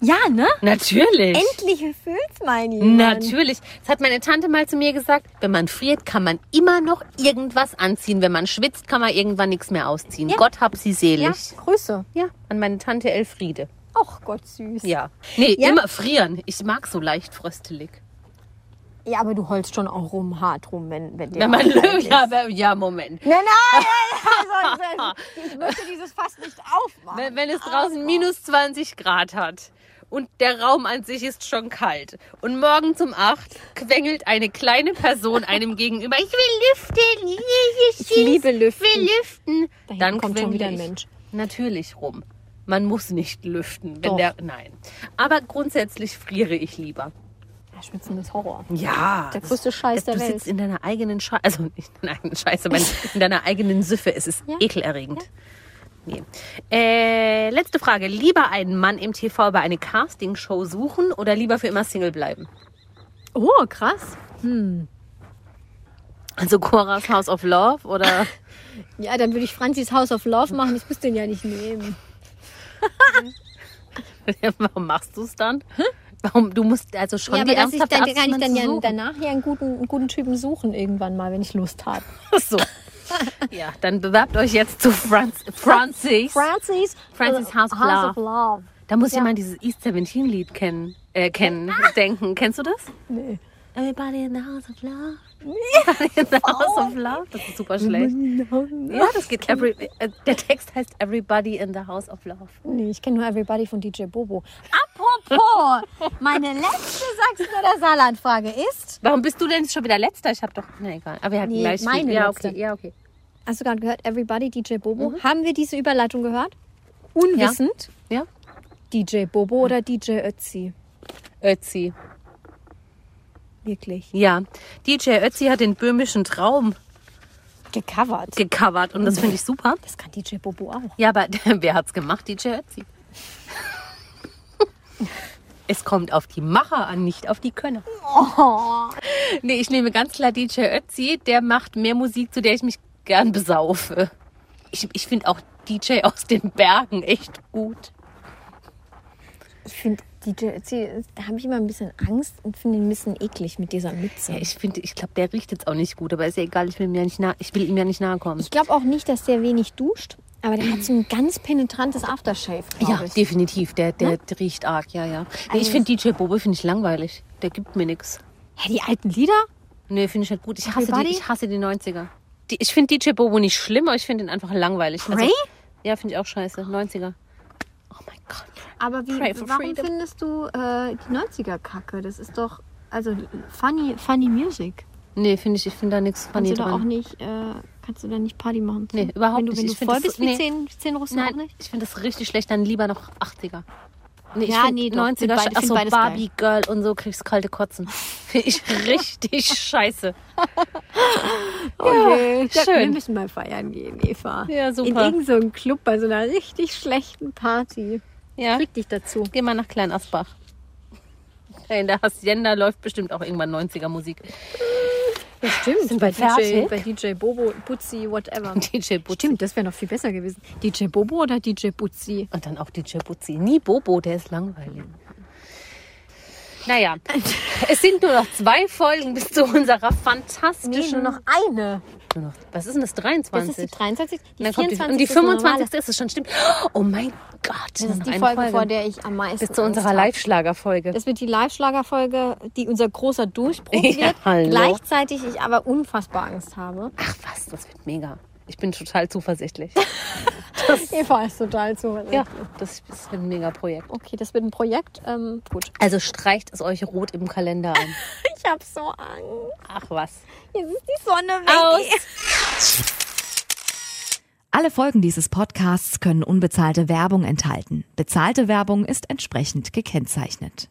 Speaker 4: Ja, ne?
Speaker 2: Natürlich.
Speaker 4: Endlich fühlt's mein Lieber.
Speaker 2: Natürlich. Das hat meine Tante mal zu mir gesagt. Wenn man friert, kann man immer noch irgendwas anziehen. Wenn man schwitzt, kann man irgendwann nichts mehr ausziehen.
Speaker 4: Ja.
Speaker 2: Gott hab sie
Speaker 4: Ja,
Speaker 2: selig.
Speaker 4: Grüße.
Speaker 2: Ja. An meine Tante Elfriede.
Speaker 4: Ach Gott, süß.
Speaker 2: Ja. Nee,
Speaker 4: Ja.
Speaker 2: immer frieren. Ich mag so leicht fröstelig.
Speaker 4: Ja, aber du holst schon auch rum, hart rum, wenn, wenn dir
Speaker 2: Wenn man
Speaker 4: auch leid
Speaker 2: Löwe,
Speaker 4: ist.
Speaker 2: ja, aber- ja, Moment.
Speaker 4: Nein, nein, nein, nein, also, ich möchte dieses Fass nicht aufmachen.
Speaker 2: Wenn, wenn es draußen minus 20 Grad hat und der Raum an sich ist schon kalt und morgens um 8 quengelt eine kleine Person einem gegenüber, ich will lüften, ich,
Speaker 4: Ich liebe Lüften.
Speaker 2: will lüften.
Speaker 4: Da hinten
Speaker 2: Dann
Speaker 4: kommt schon
Speaker 2: quengel
Speaker 4: wieder ein
Speaker 2: ich
Speaker 4: Mensch.
Speaker 2: Natürlich rum. Man muss nicht lüften, wenn
Speaker 4: Doch.
Speaker 2: der. Nein. Aber grundsätzlich friere ich lieber.
Speaker 4: Ja, Schwitzen ist Horror.
Speaker 2: Ja.
Speaker 4: Der größte Scheiß der
Speaker 2: du
Speaker 4: Welt.
Speaker 2: sitzt in deiner eigenen Scheiße, also nicht in deiner eigenen Scheiße, aber in deiner eigenen Süffe. Es ist
Speaker 4: Ja.
Speaker 2: ekelerregend. Nee. Äh, letzte Frage. Lieber einen Mann im TV bei einer Castingshow suchen oder lieber für immer Single bleiben?
Speaker 4: Oh, krass. Hm.
Speaker 2: Also Cora's House of Love oder
Speaker 4: Ja, dann würde ich Franzis House of Love machen. Ich müsste den ja nicht nehmen.
Speaker 2: warum machst du es dann? Warum? Du musst also schon
Speaker 4: ja,
Speaker 2: die
Speaker 4: aber dass ich,
Speaker 2: ernsthafte
Speaker 4: dann
Speaker 2: Absicht,
Speaker 4: kann ich
Speaker 2: man
Speaker 4: dann
Speaker 2: zu
Speaker 4: ja
Speaker 2: suchen.
Speaker 4: danach ja einen guten, einen guten Typen suchen irgendwann mal, wenn ich Lust habe.
Speaker 2: Ach so. ja, dann bewerbt euch jetzt zu Franz Francis.
Speaker 4: Francis,
Speaker 2: Francis House of
Speaker 4: House of
Speaker 2: Love.
Speaker 4: Love.
Speaker 2: Da muss
Speaker 4: Ja. Ah!
Speaker 2: jemand dieses East 17 Lied kennen, äh, kennen, denken. Kennst du das?
Speaker 4: Nee.
Speaker 2: Everybody in the House of Love. Everybody in the
Speaker 4: Oh.
Speaker 2: House of Love. Das ist super schlecht. Ja, das geht. Every, äh, der Text heißt Everybody in the House of Love.
Speaker 4: Nee, ich kenne nur Everybody von DJ Bobo. Apropos, meine letzte Sachsen- oder Saarland-Frage ist,
Speaker 2: Warum bist du denn schon wieder letzter? Ich habe doch. Na egal. Aber wir hatten
Speaker 4: Nee,
Speaker 2: gleich. viel.
Speaker 4: meine
Speaker 2: ja,
Speaker 4: letzte.
Speaker 2: okay. Ja, okay.
Speaker 4: hast du gerade gehört, Everybody DJ Bobo? Haben wir diese Überleitung gehört? Unwissend,
Speaker 2: Ja.
Speaker 4: DJ Bobo oder DJ Ötzi?
Speaker 2: Ötzi.
Speaker 4: Wirklich.
Speaker 2: Ja. DJ Ötzi hat den böhmischen Traum
Speaker 4: Gecovert.
Speaker 2: gecovert und
Speaker 4: Mhm.
Speaker 2: das finde ich super.
Speaker 4: das kann DJ Bobo auch.
Speaker 2: Ja, aber wer hat's gemacht? DJ Ötzi. Es kommt auf die Macher an, nicht auf die Könner. Oh. Nee, ich nehme ganz klar DJ Ötzi. Der macht mehr Musik, zu der ich mich gern besaufe. Ich, ich finde auch DJ aus den Bergen echt gut.
Speaker 4: Ich finde DJ Ötzi, da habe ich immer ein bisschen Angst und finde ihn ein bisschen eklig mit dieser Mütze.
Speaker 2: Ja, ich finde, ich glaube, der riecht jetzt auch nicht gut, aber ist ja egal, ich will ihm ja nicht, nah, ich will ihm ja nicht nahe kommen.
Speaker 4: Ich glaube auch nicht, dass der wenig duscht, aber der hat so ein ganz penetrantes Aftershave. glaub
Speaker 2: Ja,
Speaker 4: ich.
Speaker 2: definitiv. Der, der riecht arg, ja, ja. Nee, ich
Speaker 4: Also-
Speaker 2: finde DJ Bobo finde ich langweilig. Der gibt mir nichts.
Speaker 4: Hä, die alten Lieder?
Speaker 2: Nee, finde ich halt gut. Ich hasse, die,
Speaker 4: Everybody?
Speaker 2: ich hasse die 90er. Die, ich finde DJ Bobo nicht schlimm, aber ich finde ihn einfach langweilig. Also,
Speaker 4: Pray?
Speaker 2: ja, finde ich auch scheiße. 90er. Oh mein Gott.
Speaker 4: Aber wie,
Speaker 2: Pray for
Speaker 4: warum
Speaker 2: freedom.
Speaker 4: findest du äh, die 90er-Kacke? Das ist doch, also funny, funny Music.
Speaker 2: Nee, finde ich, ich finde da nichts funny
Speaker 4: Kannst du da auch
Speaker 2: dran.
Speaker 4: nicht, äh, kannst du da nicht Party machen?
Speaker 2: Nee, überhaupt
Speaker 4: wenn du,
Speaker 2: nicht.
Speaker 4: Wenn du
Speaker 2: Ich find
Speaker 4: voll
Speaker 2: das-
Speaker 4: bist
Speaker 2: nee.
Speaker 4: wie 10, 10 Russen auch
Speaker 2: Nein,
Speaker 4: nicht?
Speaker 2: ich finde das richtig schlecht. Dann lieber noch 80er. Nee, ich
Speaker 4: Ja,
Speaker 2: find
Speaker 4: nee, doch.
Speaker 2: 90er.
Speaker 4: Find beide-
Speaker 2: ach so,
Speaker 4: find beides
Speaker 2: Barbie Girl und so kriegst kalte Kotzen. Finde ich richtig scheiße.
Speaker 4: Okay,
Speaker 2: Ja, schön.
Speaker 4: Wir müssen mal feiern gehen, Eva.
Speaker 2: Ja, super.
Speaker 4: In irgendeinem Club bei so einer richtig schlechten Party.
Speaker 2: Ja.
Speaker 4: Krieg dich dazu.
Speaker 2: Geh mal nach Klein Asbach. In der Hacienda läuft bestimmt auch irgendwann 90er Musik.
Speaker 4: Stimmt,
Speaker 2: Sind wir fertig?
Speaker 4: bei DJ Bobo, Butzi, whatever.
Speaker 2: DJ Butzi.
Speaker 4: Stimmt, das wäre noch viel besser gewesen. DJ Bobo oder DJ Butzi?
Speaker 2: Und dann auch DJ Butzi. Nie Bobo, der ist langweilig. Naja, es sind nur noch zwei Folgen bis zu unserer fantastischen.
Speaker 4: eine.
Speaker 2: nur noch- was ist denn das?
Speaker 4: Das
Speaker 2: 23?
Speaker 4: ist die 23. Die
Speaker 2: Und dann kommt die,
Speaker 4: 24.
Speaker 2: und die
Speaker 4: ist eine
Speaker 2: 25.
Speaker 4: normale.
Speaker 2: ist es schon, stimmt. Oh mein Gott.
Speaker 4: Das ist
Speaker 2: noch
Speaker 4: die
Speaker 2: eine
Speaker 4: Folge, vor der ich am meisten.
Speaker 2: Bis zu
Speaker 4: Angst
Speaker 2: unserer
Speaker 4: hab.
Speaker 2: Live-Schlager-Folge.
Speaker 4: Das wird die Live-Schlager-Folge, die unser großer Durchbruch
Speaker 2: Ja,
Speaker 4: wird.
Speaker 2: hallo.
Speaker 4: Gleichzeitig ich aber unfassbar Angst habe.
Speaker 2: Ach was, das wird mega. Ich bin total zuversichtlich.
Speaker 4: Eva ist total zu.
Speaker 2: ja, das, das wird ein mega Projekt.
Speaker 4: Okay, das wird ein Projekt. Ähm, Oh, gut.
Speaker 2: Also streicht es euch rot im Kalender ein.
Speaker 4: Ich habe so Angst.
Speaker 2: Ach was.
Speaker 4: Jetzt ist die Sonne weg.
Speaker 2: Aus.
Speaker 5: Alle Folgen dieses Podcasts können unbezahlte Werbung enthalten. Bezahlte Werbung ist entsprechend gekennzeichnet.